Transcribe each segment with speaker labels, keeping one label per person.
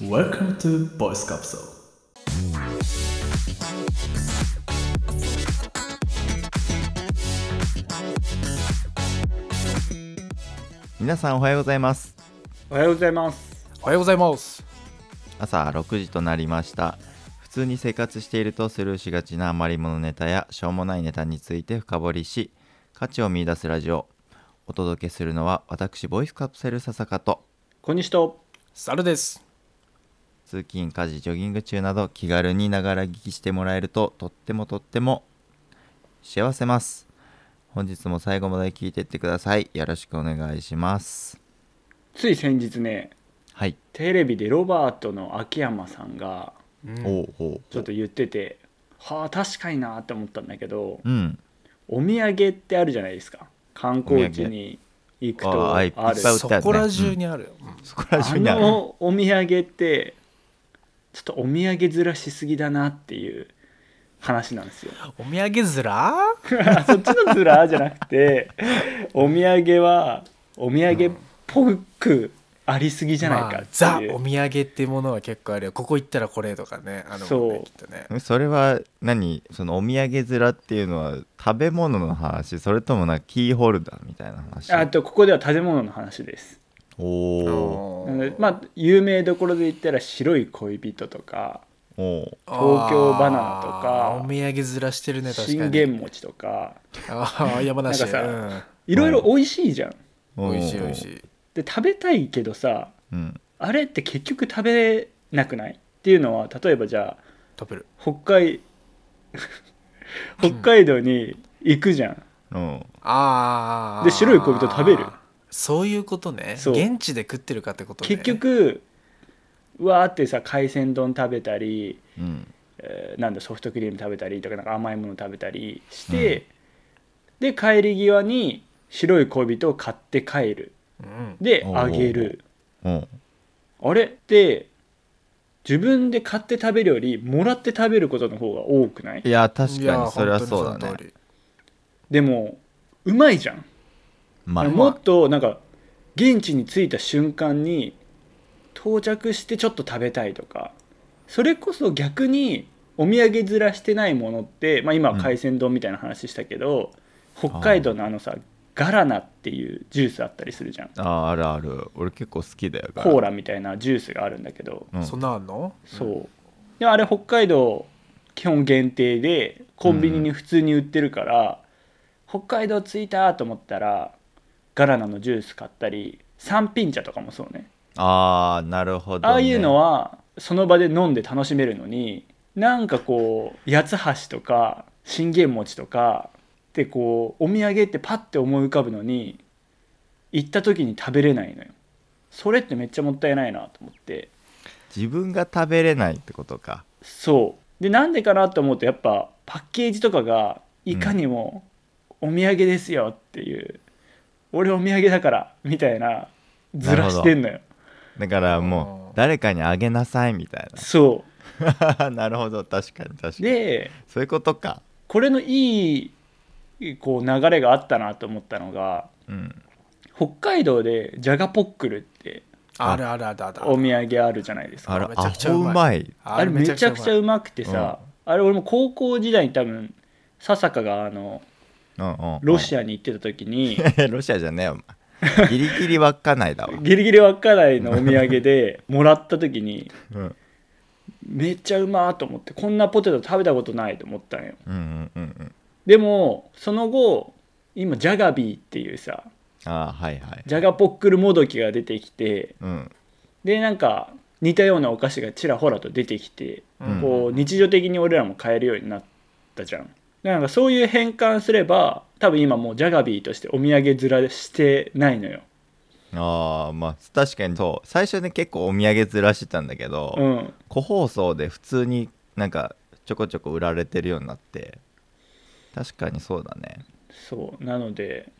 Speaker 1: Welcome to Voice Capsule.
Speaker 2: 皆さんおはようございます
Speaker 3: おはようございます。
Speaker 4: おはようございます。
Speaker 2: 朝6時となりました普通に生活しているとスルーしがちな余り物ネタやしょうもないネタについて深掘りし価値を見出すラジオお届けするのは私ボイスカプセル笹香と
Speaker 3: 小西と。
Speaker 4: 猿です。
Speaker 2: 通勤家事ジョギング中など気軽にながら聞きしてもらえるととってもとっても幸せます本日も最後まで聞いていってくださいよろしくお願いします
Speaker 3: つい先日ね、
Speaker 2: はい、
Speaker 3: テレビでロバートの秋山さんが
Speaker 2: お
Speaker 4: お
Speaker 2: うおう
Speaker 3: ちょっと言ってて、はあ確かになって思ったんだけど、
Speaker 2: うん
Speaker 3: お土産ってあるじゃないですか。観光地に行く
Speaker 2: お
Speaker 3: と
Speaker 2: 土産
Speaker 3: ある。
Speaker 2: あ
Speaker 3: あ
Speaker 2: いっぱい売っ
Speaker 4: そ
Speaker 2: てあるね
Speaker 4: こら中にあるよ。
Speaker 2: そこら中にある
Speaker 3: のお土産ってちょっとお土産ずらしすぎだなっていう話なんですよ。
Speaker 4: お土産面
Speaker 3: そっちのずらじゃなくて、お土産はお土産っぽくありすぎじゃないかって
Speaker 4: ザ
Speaker 3: いう。
Speaker 4: お土産っていうものは結構あるよ。ここ行ったらこれとかね。あの
Speaker 3: そう
Speaker 4: きっとね。
Speaker 2: それは何そのお土産面っていうのは食べ物の話それともなんかキーホルダーみたいな話
Speaker 3: あとここでは食べ物の話です。
Speaker 2: おお
Speaker 4: お
Speaker 3: なの
Speaker 4: ー
Speaker 3: でまあ有名どころで言ったら白い恋人とか
Speaker 2: ーお
Speaker 3: 東京バナナとか
Speaker 4: あーお土産面してるね確かに。
Speaker 3: 信玄餅とか
Speaker 4: ああ山梨。
Speaker 3: なんかさ
Speaker 4: うん
Speaker 3: いろいろ美味しいじゃん。
Speaker 2: ー
Speaker 4: 美味しい美味しい。
Speaker 3: で食べたいけどさ
Speaker 2: うん
Speaker 3: あれって結局食べなくないっていうのは例えばじゃあ
Speaker 4: 食べる。
Speaker 3: 北 海北海道に行くじゃん。
Speaker 2: うん
Speaker 4: ああ。
Speaker 3: で白い恋人食べる。
Speaker 4: そういうことね。
Speaker 3: そう
Speaker 4: 現地で食ってるかってことね。
Speaker 3: 結局うわーってさ海鮮丼食べたり、
Speaker 2: うん
Speaker 3: えーなんだソフトクリーム食べたりとかなんか甘いもの食べたりして、で帰り際に白い恋人を買って帰る
Speaker 4: うん。
Speaker 3: で
Speaker 2: おうおうおう
Speaker 3: あげる
Speaker 2: うん
Speaker 3: あれって自分で買って食べるよりもらって食べることの方が多くない
Speaker 2: いや確
Speaker 4: い
Speaker 2: か
Speaker 4: や
Speaker 2: にそれはそうだね
Speaker 4: 本当に
Speaker 3: でもうまいじゃん、
Speaker 2: まあ
Speaker 3: もっとなんか現地に着いた瞬間に到着してちょっと食べたいとかそれこそ逆にお土産ずらしてないものって、まあ、今は海鮮丼みたいな話したけど、北海道のあのさガラナっていうジュースあったりするじゃん
Speaker 2: あーあるある俺結構好きだよ
Speaker 3: コーラみたいなジュースがあるんだけど、
Speaker 2: うん
Speaker 4: そんなんあんの
Speaker 3: そうであれ北海道基本限定でコンビニに普通に売ってるから、北海道着いたと思ったらガラナのジュース買ったり三品茶とかもそうね
Speaker 2: ああなるほど、ね、
Speaker 3: ああいうのはその場で飲んで楽しめるのになんかこう八つ橋とか信玄餅とかってこうお土産ってパッて思い浮かぶのに行った時に食べれないのよそれってめっちゃもったいないなと思って
Speaker 2: 自分が食べれないってことか
Speaker 3: そうでなんでかなと思うとやっぱパッケージとかがいかにもお土産ですよっていう、俺お土産だからみたいなずらしてんのよ
Speaker 2: だからも
Speaker 4: あ
Speaker 2: う
Speaker 4: ー
Speaker 2: 誰かにあげなさいみたい
Speaker 3: そ
Speaker 2: な なるほど確かに確か
Speaker 3: う
Speaker 2: に
Speaker 3: で
Speaker 2: そういうことか
Speaker 3: これのいいこう流れがあったなと思ったのが
Speaker 2: うん
Speaker 3: 北海道でジャガポックルって
Speaker 4: あるあるあるある。
Speaker 3: お土産あるじゃないですか
Speaker 2: あ
Speaker 3: あれ
Speaker 2: れ
Speaker 4: めち
Speaker 2: ア
Speaker 4: ゃくちゃう
Speaker 2: ホう
Speaker 4: まい
Speaker 2: まい
Speaker 3: めちゃくちゃ
Speaker 4: う
Speaker 3: うまくてさ、あれ俺も高校時代に多分笹香があの
Speaker 2: うんうんうん
Speaker 3: ロシアに行ってた時に
Speaker 2: ロシアじゃねえよお前ギリギリ稚内だわ、
Speaker 3: ギリギリ稚内のお土産でもらった時に
Speaker 2: うん、うん
Speaker 3: めっちゃうまーと思ってこんなポテト食べたことないと思ったんよ
Speaker 2: うんうんうん
Speaker 3: でもその後今ジャガビーっていうさ
Speaker 2: ああはいはい
Speaker 3: ジャガポックルもどきが出てきて
Speaker 2: うん
Speaker 3: でなんか似たようなお菓子がちらほらと出てきて、
Speaker 2: うん
Speaker 3: こう日常的に俺らも買えるようになったじゃんなんかそういう変換すれば多分今もうジャガビーとしてお土産面してないのよ
Speaker 2: ああまあ確かにそう最初ね結構お土産ずらしてたんだけど、
Speaker 3: うん
Speaker 2: 個包装で普通になんかちょこちょこ売られてるようになって確かにそうだね
Speaker 3: そうなので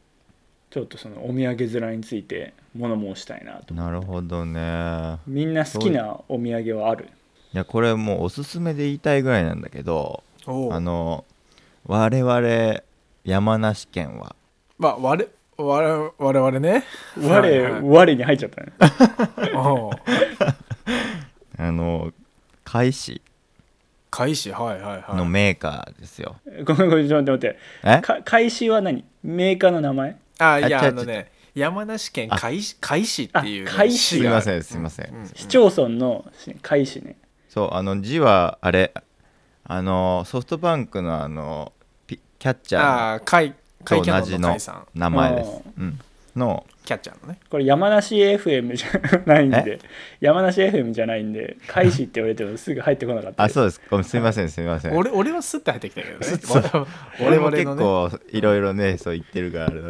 Speaker 3: ちょっとそのお土産面について物申したいなと
Speaker 2: なるほどね
Speaker 3: みんな好きなお土産はある
Speaker 2: いやこれもうおすすめで言いたいぐらいなんだけど
Speaker 4: まい。おう
Speaker 2: あの我々山梨県は
Speaker 4: まあ、我我我々ね。
Speaker 3: 我
Speaker 4: はいはい
Speaker 3: 我に入っちゃったね
Speaker 4: おう
Speaker 2: 海市
Speaker 4: 開始はいはいはい
Speaker 2: のメーカーですよ、
Speaker 3: ごめんごめんちょっと待って
Speaker 2: え
Speaker 3: 待ってか開始は何メーカーの名前
Speaker 4: あい
Speaker 2: あ
Speaker 4: や
Speaker 2: 違う
Speaker 4: あのね山梨県甲斐市っていうね、
Speaker 3: あ甲斐市
Speaker 2: すいませ
Speaker 4: ん
Speaker 2: んすいません、
Speaker 3: 市町村の開始ね
Speaker 2: そうあの字はあれあのソフトバンクのあのピキャッチャーの
Speaker 4: ああ甲斐甲
Speaker 2: と
Speaker 4: 斐キャ
Speaker 2: 同
Speaker 4: ノ
Speaker 2: じ
Speaker 4: ンの甲
Speaker 2: の
Speaker 4: 斐さん
Speaker 2: 名前です
Speaker 3: あー、
Speaker 2: うん、の
Speaker 4: キャッチャーのね
Speaker 3: これ山梨 FM じゃないんで山梨 FM じゃないんで開始って言われてもすぐ入ってこなかった
Speaker 2: あ
Speaker 3: う
Speaker 2: そうですごめんすいませんすいません
Speaker 4: 俺俺はスッて入ってきたけど ね
Speaker 2: そう俺
Speaker 4: 我
Speaker 2: も
Speaker 4: 々
Speaker 2: 結
Speaker 4: のね
Speaker 2: 構いろいろねそう言ってるからあれだ、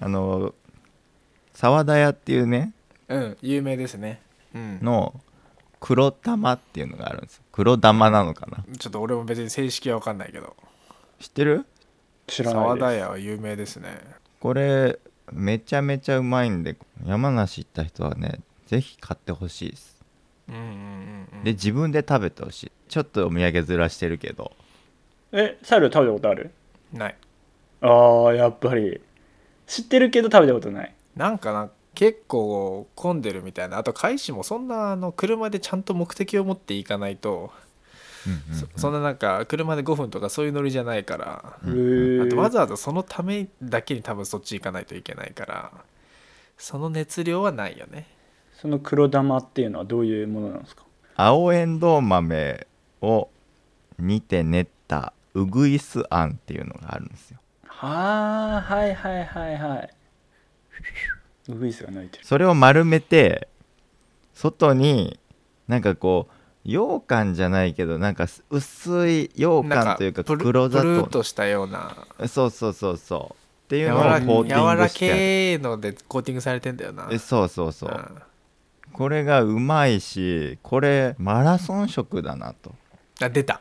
Speaker 2: あの沢田屋っていうね
Speaker 4: うん有名ですねうん
Speaker 2: の黒玉っていうのがあるんです黒玉なのかな
Speaker 4: ちょっと俺も別に正式は分かんないけど
Speaker 2: 知ってる
Speaker 3: 知らな
Speaker 4: 沢
Speaker 3: い
Speaker 4: 田
Speaker 3: です
Speaker 4: 屋は有名ですね
Speaker 2: これめちゃめちゃうまいんで山梨行った人はねぜひ買ってほしいです
Speaker 4: うんうんうんうん
Speaker 2: で自分で食べてほしいちょっとお土産ずらしてるけど
Speaker 3: えサル食べたことある
Speaker 4: ない
Speaker 3: あーやっぱり知ってるけど食べたことない
Speaker 4: なんかな結構混んでるみたいなあと甲斐市もそんなあの車でちゃんと目的を持っていかないと、そそんななんか車で5分とかそういうノリじゃないから、
Speaker 3: へ
Speaker 4: あ
Speaker 3: ー
Speaker 4: とわざわざそのためだけに多分そっち行かないといけないからその熱量はないよね
Speaker 3: その黒玉っていうのはどういうものなんですか
Speaker 2: 青エンドウ豆を煮て練ったうぐいすあんっていうのがあるんですよ
Speaker 3: はあはいはいはいはいウグイスが鳴いてる
Speaker 2: それを丸めて外になんかこう羊羹じゃないけどなんかす薄い羊
Speaker 4: なん
Speaker 2: 羹というか
Speaker 4: プル
Speaker 2: 黒砂
Speaker 4: プル
Speaker 2: 糖
Speaker 4: ーとしたような
Speaker 2: そうそうそうそうってい
Speaker 4: 柔
Speaker 2: うのをコ
Speaker 4: ら
Speaker 2: ーティングしてある
Speaker 4: けのでコーティングされてんだよな
Speaker 2: えそうそうそううんこれがうまいしこれマラソン食だなと、
Speaker 4: あ出た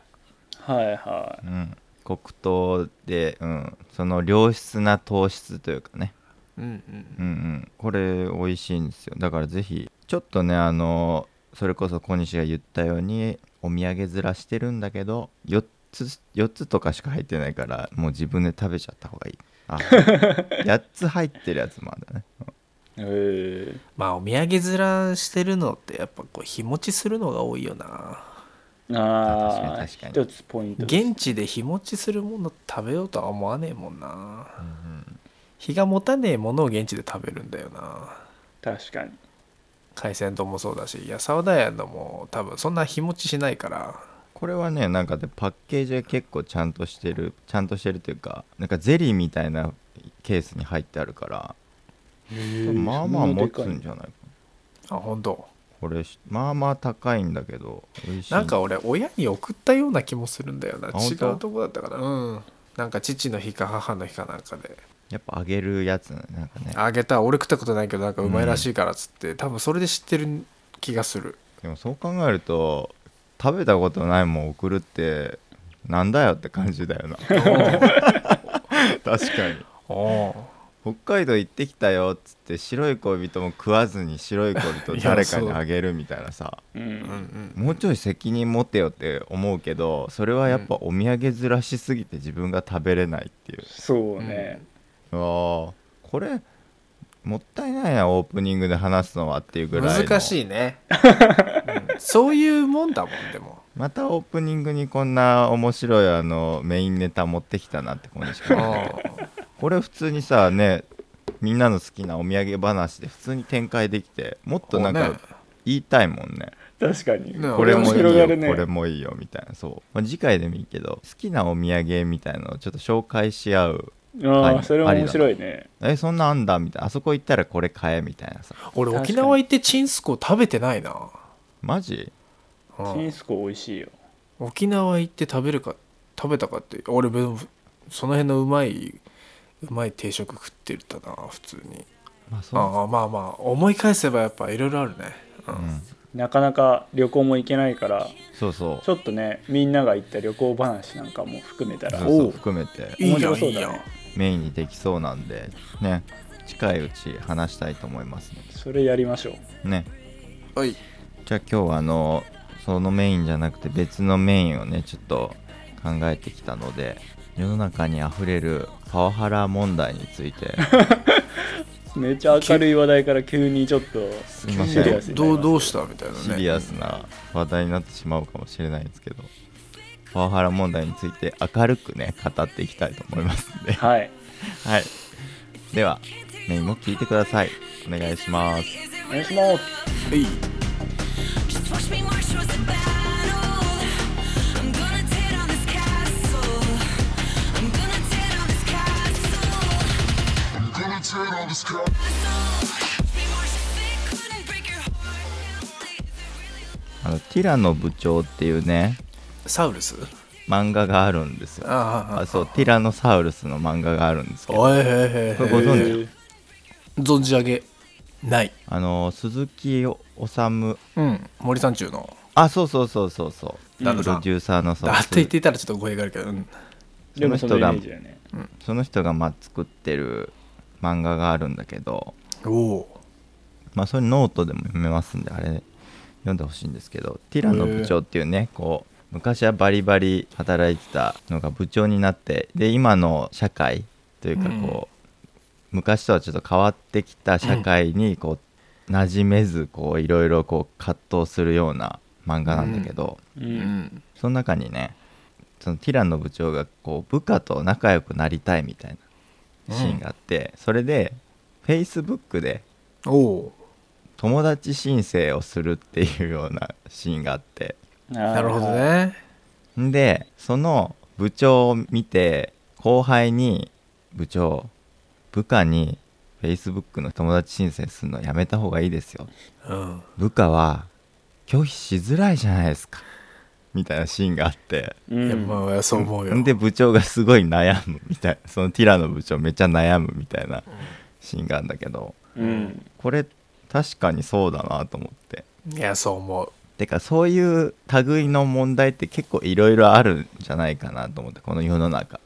Speaker 3: はいは
Speaker 2: うん、黒糖で、うん、その良質な糖質というかね
Speaker 4: うんうん
Speaker 2: うんうん、これ美味しいんですよだからぜひちょっとねあのそれこそ小西が言ったようにお土産ずらしてるんだけど4つ4つとかしか入ってないからもう自分で食べちゃった方がいいあ8つ入ってるやつもあるね
Speaker 3: いへえ
Speaker 4: まあお土産面してるのってやっぱこう日持ちするのが多いよな
Speaker 3: あ
Speaker 2: 確
Speaker 3: あ
Speaker 2: かに確か
Speaker 3: 一つポイント
Speaker 4: 現地で日持ちするもの食べようとは思わねえもんな、日が持たねえものを現地で食べるんだよな
Speaker 3: 確かに
Speaker 4: 海鮮丼もそうだしいや沢田屋のも多分そんな日持ちしないから
Speaker 2: これはねなんかでパッケージが結構ちゃんとしてるちゃんとしてるというかなんかゼリーみたいなケースに入ってあるからまあまあ持つんじゃないかな
Speaker 4: あ本当。
Speaker 2: これまあまあ高いんだけど美味しい
Speaker 4: なんか俺親に送ったような気もするんだよ
Speaker 2: あ
Speaker 4: な違
Speaker 2: 本当
Speaker 4: うとこだったからうんなんか父の日か母の日かなんかで
Speaker 2: やっぱ揚げるやつなんかね
Speaker 4: あげた俺食ったことないけどなんかうまいらしいからっつって、多分それで知ってる気がする
Speaker 2: でもそう考えると食べたことないもん送るってなんだよって感じだよな確 かに
Speaker 4: おお
Speaker 2: 北海道行ってきたよっつって白い恋人も食わずに白い恋人誰かにあげるみたいなさ
Speaker 3: う
Speaker 4: うんうんん
Speaker 2: もうちょい責任持てよって思うけどそれはやっぱお土産ずらしすぎて自分が食べれないっていう、
Speaker 3: そうね
Speaker 2: うわーこれもったいないなオープニングで話すのはっていうぐらいの
Speaker 4: 難しいね、うんそういうもんだもんでも
Speaker 2: またオープニングにこんな面白いあのメインネタ持ってきたなって小西
Speaker 4: う
Speaker 2: 君
Speaker 4: ん
Speaker 2: これ普通にさねみんなの好きなお土産話で普通に展開できてもっとなん
Speaker 4: そう
Speaker 2: か
Speaker 4: ね
Speaker 2: 言いたいもんね
Speaker 3: 確かに
Speaker 4: ね
Speaker 2: これもいい
Speaker 3: 広が
Speaker 2: よ、
Speaker 3: るね
Speaker 2: これもいいよみたいなそう、まあ次回でもいいけど好きなお土産みたいなのをちょっと紹介し合う
Speaker 3: あ
Speaker 2: は
Speaker 3: あ
Speaker 2: い
Speaker 3: それ面白いね
Speaker 2: えそんなんあんだみたいなあそこ行ったらこれ買えみたいなさ
Speaker 4: 俺
Speaker 3: 確かに
Speaker 4: 沖縄行ってチンスコ食べてないな、
Speaker 2: マジ
Speaker 4: うん
Speaker 3: チンスコ美味しいよ
Speaker 4: 沖縄行って食べるか食べたかって俺別にその辺のうまいうまい定食食ってたな普通に
Speaker 2: まあそう
Speaker 4: ああまあまあ思い返せばやっぱいろいろあるね、うん
Speaker 3: なかなか旅行も行けないから
Speaker 2: そうそう
Speaker 3: ちょっとねみんなが行った旅行話なんかも含めたら
Speaker 2: そうそう
Speaker 3: おう
Speaker 2: 含めて
Speaker 4: いい
Speaker 3: 面
Speaker 4: やん
Speaker 3: 白
Speaker 4: い
Speaker 3: そうだね
Speaker 4: いやん
Speaker 2: メインにできそうなんでね近いうち話したいと思います
Speaker 3: それやりましょう
Speaker 2: ね
Speaker 4: はい
Speaker 2: じゃあ今日はあのそのメインじゃなくて別のメインをねちょっと考えてきたので世の中にあふれるパワハラ問題について
Speaker 3: めっちゃ明るい話題から急にちょっと
Speaker 2: すいませ
Speaker 3: シ
Speaker 2: ん
Speaker 3: リアスになりますね
Speaker 4: どうどうしたみたいなね
Speaker 2: シリアスな話題になってしまうかもしれないですけどパワハラ問題について明るくね語っていきたいと思います んで、は
Speaker 3: はい
Speaker 2: い、ではメインも聞いてくださいお願いします
Speaker 3: お願いします
Speaker 4: はい
Speaker 5: Just watch me march towards the battle. I'm gonna tear down this castle. I'm gonna tear down this castle.
Speaker 6: I'm gonna tear all this crap.
Speaker 5: Watch me march. They couldn't break your heart. Now they- they're really
Speaker 2: あのティラノ部長っていうね
Speaker 4: サウルス
Speaker 2: 漫画があるんですよ
Speaker 4: あ
Speaker 2: あそうティラノサウルスの漫画があるんですけど
Speaker 4: おいへいへい
Speaker 2: これご
Speaker 4: へい
Speaker 2: 存知
Speaker 3: えー
Speaker 4: 存じ上げない
Speaker 2: あの鈴木治
Speaker 4: うん森三中の
Speaker 2: あそうそうそうそうそうプロデ
Speaker 4: 旦那さん
Speaker 2: ューサーのそう
Speaker 4: だって言っていたらちょっと語弊があるけど、うん、
Speaker 3: でも
Speaker 2: そ
Speaker 3: そ
Speaker 2: の
Speaker 3: の
Speaker 2: 人が
Speaker 3: イメージだよね
Speaker 2: その人がまあ作ってる漫画があるんだけど
Speaker 4: おお
Speaker 2: まあそれノートでも読めますんであれ読んでほしいんですけどティラノ部長っていうねこう昔はバリバリ働いてたのが部長になってで今の社会というかこう、昔とはちょっと変わってきた社会にこう馴染めずこういろいろこう葛藤するような漫画なんだけど、
Speaker 3: う
Speaker 4: うんん
Speaker 2: その中にねそのティラノ部長がこう部下と仲良くなりたいみたいなシーンがあって、それで Facebook で
Speaker 4: おお
Speaker 2: 友達申請をするっていうようなシーンがあって
Speaker 4: な
Speaker 3: な
Speaker 4: るほどね
Speaker 2: んでその部長を見て後輩に「部長部下に Facebook の友達申請するのやめた方がいいですよ」
Speaker 4: うん
Speaker 2: 部下は拒否しづらいじゃないですかみたいなシーンがあって
Speaker 3: う
Speaker 4: いや
Speaker 3: ん
Speaker 4: まあそう思うよ、
Speaker 2: んで部長がすごい悩むみたいなそのティラの部長めっちゃ悩むみたいなシーンがあるんだけど
Speaker 3: うん
Speaker 2: これ確かにそうだなと思って
Speaker 4: いやそう思う
Speaker 2: てかそういう類の問題って結構いろいろあるんじゃないかなと思ってこの世の中、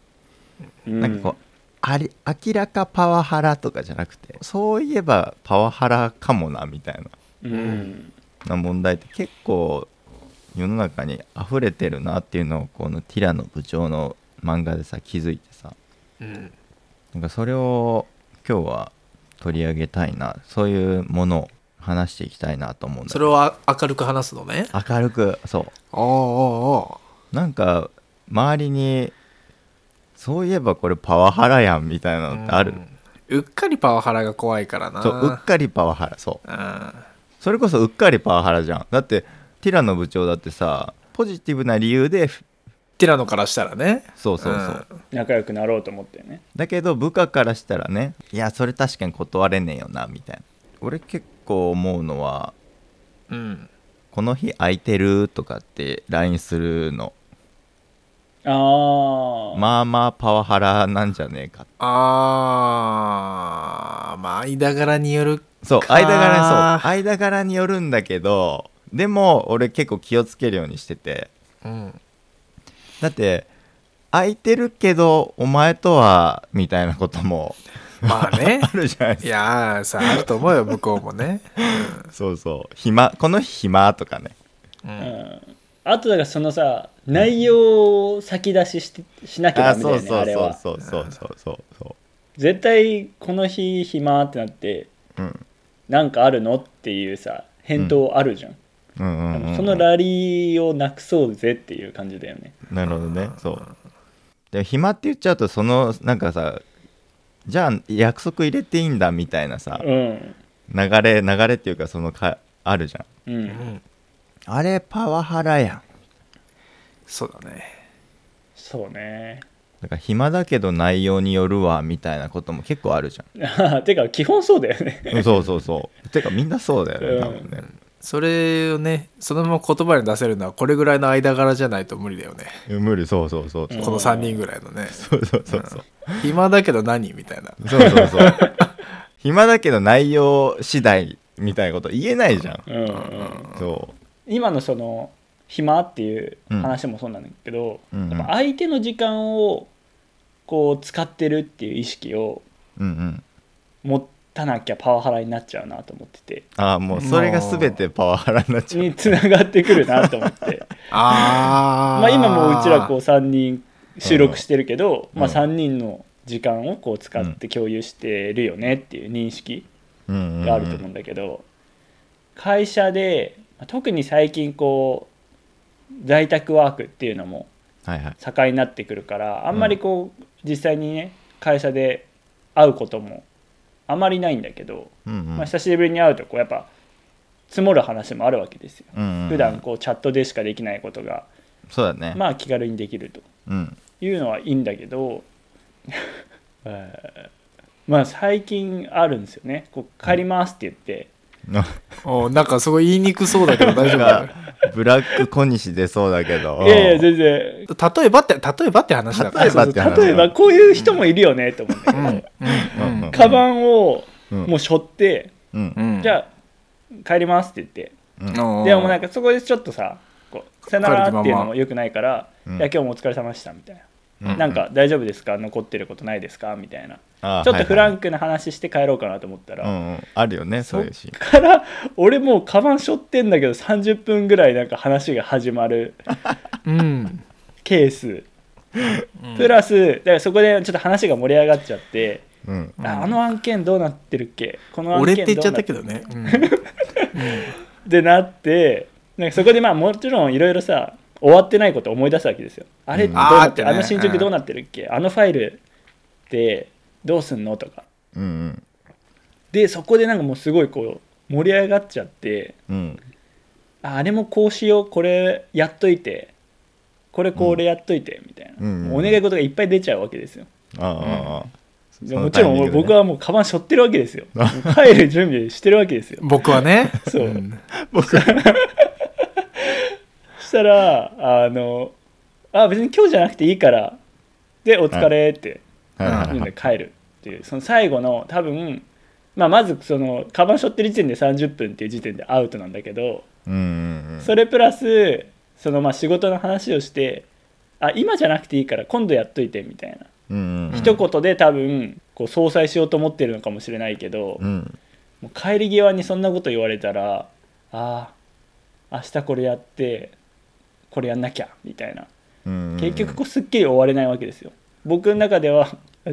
Speaker 3: うん
Speaker 2: なんかこうあり明らかパワハラとかじゃなくてそういえばパワハラかもなみたいな
Speaker 3: うん
Speaker 2: な問題って結構世の中に溢れてるなっていうのをこのティラの部長の漫画でさ気づいてさ
Speaker 4: うん
Speaker 2: なんかそれを今日は取り上げたいなそういうものを話していきたいなと思うんだけ
Speaker 4: それ
Speaker 2: ど
Speaker 4: をあ明るく話すのね
Speaker 2: 明るくそう
Speaker 4: あああ
Speaker 2: なんか周りにそういえばこれパワハラやんみたいなのってある、
Speaker 4: うっかりパワハラが怖いからな
Speaker 2: そううっかりパワハラそう
Speaker 4: うん
Speaker 2: それこそうっかりパワハラじゃんだってティラの部長だってさポジティブな理由で
Speaker 4: ティラノからしたらね
Speaker 2: そうそうそう、
Speaker 3: 仲良くなろうと思ってね
Speaker 2: だけど部下からしたらねいやそれ確かに断れねえよなみたいな俺結構思うのは
Speaker 4: うん、うん
Speaker 2: この日空いてるとかって LINE するの
Speaker 3: ああ
Speaker 2: まあまあパワハラなんじゃねえか
Speaker 4: あーまあ間柄による
Speaker 2: そう
Speaker 4: か
Speaker 2: 間柄そう間柄によるんだけどでも俺結構気をつけるようにしてて
Speaker 4: うん
Speaker 2: だって空いてるけどお前とはみたいなことも
Speaker 4: まあね
Speaker 2: あるじゃないです
Speaker 4: い
Speaker 2: か
Speaker 4: やーさあると思うよ向こうもね、
Speaker 2: そうそう暇この日暇とかね
Speaker 4: うん、
Speaker 3: あとだからそのさ内容を先出ししてしなきゃ
Speaker 2: あ
Speaker 3: ダメ
Speaker 2: そう
Speaker 3: だよね
Speaker 2: そ
Speaker 3: あ
Speaker 2: う
Speaker 3: れ
Speaker 2: そう
Speaker 3: は
Speaker 2: そうそうそうそうそ
Speaker 3: 絶対この日暇ってなって
Speaker 2: ううん
Speaker 3: なんかあるのっていうさ返答あるじゃん、
Speaker 2: うんうんうんうん
Speaker 3: そのラリーをなくそうぜっていう感じだよね
Speaker 2: なるほどねそうで暇って言っちゃうとそのなんかさじゃあ約束入れていいんだみたいなさ
Speaker 3: うん
Speaker 2: 流れ流れっていうかそのかあるじゃん
Speaker 3: うん
Speaker 2: あれパワハラやん
Speaker 4: そうだね
Speaker 3: そうね
Speaker 2: だから暇だけど内容によるわみたいなことも結構あるじゃ
Speaker 3: てか基 本そうだよね
Speaker 2: んうんそうそうそうてかみんなそうだよね
Speaker 3: うん
Speaker 2: 多分ね
Speaker 4: それをねそのまま言葉に出せるのはこれぐらいの間柄じゃないと無理だよね
Speaker 2: うん無理そうそうそうそう
Speaker 4: この3人ぐらいのね
Speaker 2: そうそうそうそう
Speaker 4: 暇だけど何みたいな
Speaker 2: そうそうそう 暇だけど内容次第みたいなこと言えないじゃん
Speaker 3: うん、うん、
Speaker 2: そ
Speaker 3: 今のその暇っていう話もそうなんだけど、
Speaker 2: うん
Speaker 3: やっぱ相手の時間をこう使ってるっていう意識を
Speaker 2: ううんうん
Speaker 3: 持たなきゃパワハラになっちゃうなと思ってて
Speaker 2: ああもうそれが全てパワハラになっちゃう
Speaker 3: につながってくるなと 思って
Speaker 4: あー
Speaker 3: まあ今もううちらこう3人収録してるけど、
Speaker 2: うん
Speaker 3: まあ、3人の時間をこう使って共有してるよねっていう認識
Speaker 2: うんうんうん
Speaker 3: があると思うんだけど、会社でまあ特に最近こう在宅ワークっていうのも
Speaker 2: はいはい
Speaker 3: 盛んになってくるからあんまりこう、実際にね会社で会うこともあまりないんだけど、
Speaker 2: うんうん
Speaker 3: まあ、久しぶりに会うとこうやっぱ積もる話もあるわけですよ。
Speaker 2: うんうんうん
Speaker 3: 普段こうチャットでしかできないことが、
Speaker 2: そうだね
Speaker 3: まあ気軽にできると
Speaker 2: うん
Speaker 3: いうのはいいんだけどえー まあ最近あるんですよねこう帰りますって言って、
Speaker 2: な
Speaker 4: おなんかすごい言いにくそうだけど大丈夫
Speaker 2: なんかブラック小西出そうだけど
Speaker 3: いやいや全然
Speaker 4: 例えばって例えばって話だから
Speaker 2: 例えばって話
Speaker 3: 例えばこういう人もいるよねと思って、
Speaker 4: うんうんうん
Speaker 3: カバンを
Speaker 2: うん
Speaker 3: もう背負って、
Speaker 2: うん
Speaker 4: うん
Speaker 3: じゃあ帰りますって言って、
Speaker 2: うん
Speaker 3: でもなんかそこでちょっとさこうさよならっていうのもよくないから、
Speaker 2: うん
Speaker 3: いや今日もお疲れ様でしたみたいな、
Speaker 2: うん
Speaker 3: なんか大丈夫ですか残ってることないですかみたいな
Speaker 2: あー
Speaker 3: ちょっとフラ
Speaker 2: はい
Speaker 3: ンクな話して帰ろうかなと思ったら、
Speaker 2: はいうんうんあるよねそういうシーン
Speaker 3: から俺もうカバン背負ってんだけど30分ぐらいなんか話が始まる
Speaker 4: うん
Speaker 3: ケース、プラスだからそこでちょっと話が盛り上がっちゃって、
Speaker 2: うん
Speaker 3: ああの案件どうなってるっけこの案
Speaker 4: 俺っ
Speaker 3: 件
Speaker 4: て
Speaker 3: どうな
Speaker 4: 言っちゃったけどね
Speaker 3: ってなってなんかそこでまあもちろんいろいろさ終わってないことを思い出すわけですよあれ
Speaker 2: う
Speaker 3: ど
Speaker 2: ん
Speaker 3: うな
Speaker 4: あー
Speaker 3: っ
Speaker 4: って
Speaker 3: て
Speaker 4: ね
Speaker 3: あの進捗どうなってるっけ、あのファイルってどうすんのとか
Speaker 2: うん
Speaker 3: でそこでなんかもうすごいこう盛り上がっちゃって
Speaker 2: うんうん
Speaker 3: ああれもこうしようこれやっといてこれこれやっといて、みたいな、
Speaker 2: うんうんうん
Speaker 3: もうお願い事がいっぱい出ちゃうわけですよ
Speaker 2: ああああ
Speaker 3: でもちろん俺僕
Speaker 2: は
Speaker 3: はもうカバン背負ってるわけです よもう帰る準備してるわけですよ
Speaker 4: うん僕はね
Speaker 3: そう
Speaker 4: うん
Speaker 3: そ したらあのあ別に今日じゃなくていいからでお疲れって
Speaker 2: はいはい
Speaker 3: 言うん
Speaker 2: はい
Speaker 3: で帰るっていうその最後の多分、まあ、まずそのカバン背負ってる時点で30分っていう時点でアウトなんだけど
Speaker 2: うんうん
Speaker 3: それプラスそのまあ仕事の話をしてあ今じゃなくていいから今度やっといてみたいな
Speaker 2: うんうんうん
Speaker 3: 一言で多分こう相殺しようと思ってるのかもしれないけど
Speaker 2: うん
Speaker 3: もう帰り際にそんなこと言われたらああ明日これやってこれやんなきゃみたいな
Speaker 2: うん
Speaker 3: 結局こうすっきり終われないわけですよ僕の中では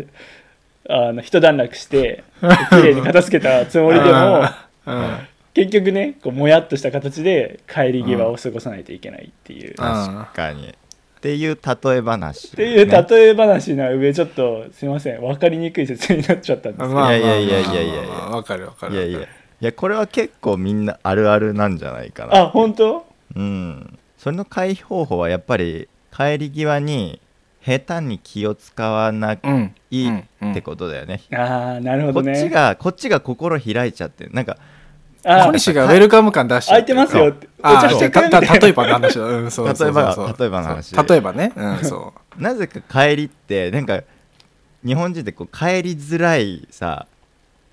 Speaker 3: あの一段落して綺麗に片付けたつもりでも
Speaker 4: うん
Speaker 3: 結局ねこうもやっとした形で帰り際を過ごさないといけないっていう、っ
Speaker 2: 確かにっていう例え話って
Speaker 3: いう例え話な上ちょっとすいません分かりにくい説明になっちゃったんですけど、
Speaker 4: まあ
Speaker 2: いやいやいやいやいや
Speaker 4: まあまあまあわかるわかる
Speaker 2: いやいやいやこれは結構みんなあるあるなんじゃないかな
Speaker 3: あ本当
Speaker 2: うんそれの回避方法はやっぱり帰り際に下手に気を使わなきゃ
Speaker 4: うん
Speaker 2: いい
Speaker 4: うん
Speaker 2: ってことだよね、
Speaker 3: ああなるほど
Speaker 2: こっち
Speaker 3: ね
Speaker 2: がこっちが心開いちゃってなんか
Speaker 3: あ
Speaker 4: 小
Speaker 3: ー
Speaker 4: 西がウェルカム感出して
Speaker 3: 空いてますよってお
Speaker 4: あ
Speaker 3: 茶してくれ
Speaker 4: たた例えばの話だ、うん、そうそうそうそう
Speaker 2: 例えば例えばの話
Speaker 4: そう例えばね、うん、そ
Speaker 2: なぜか帰りってなんか日本人ってこう帰りづらいさ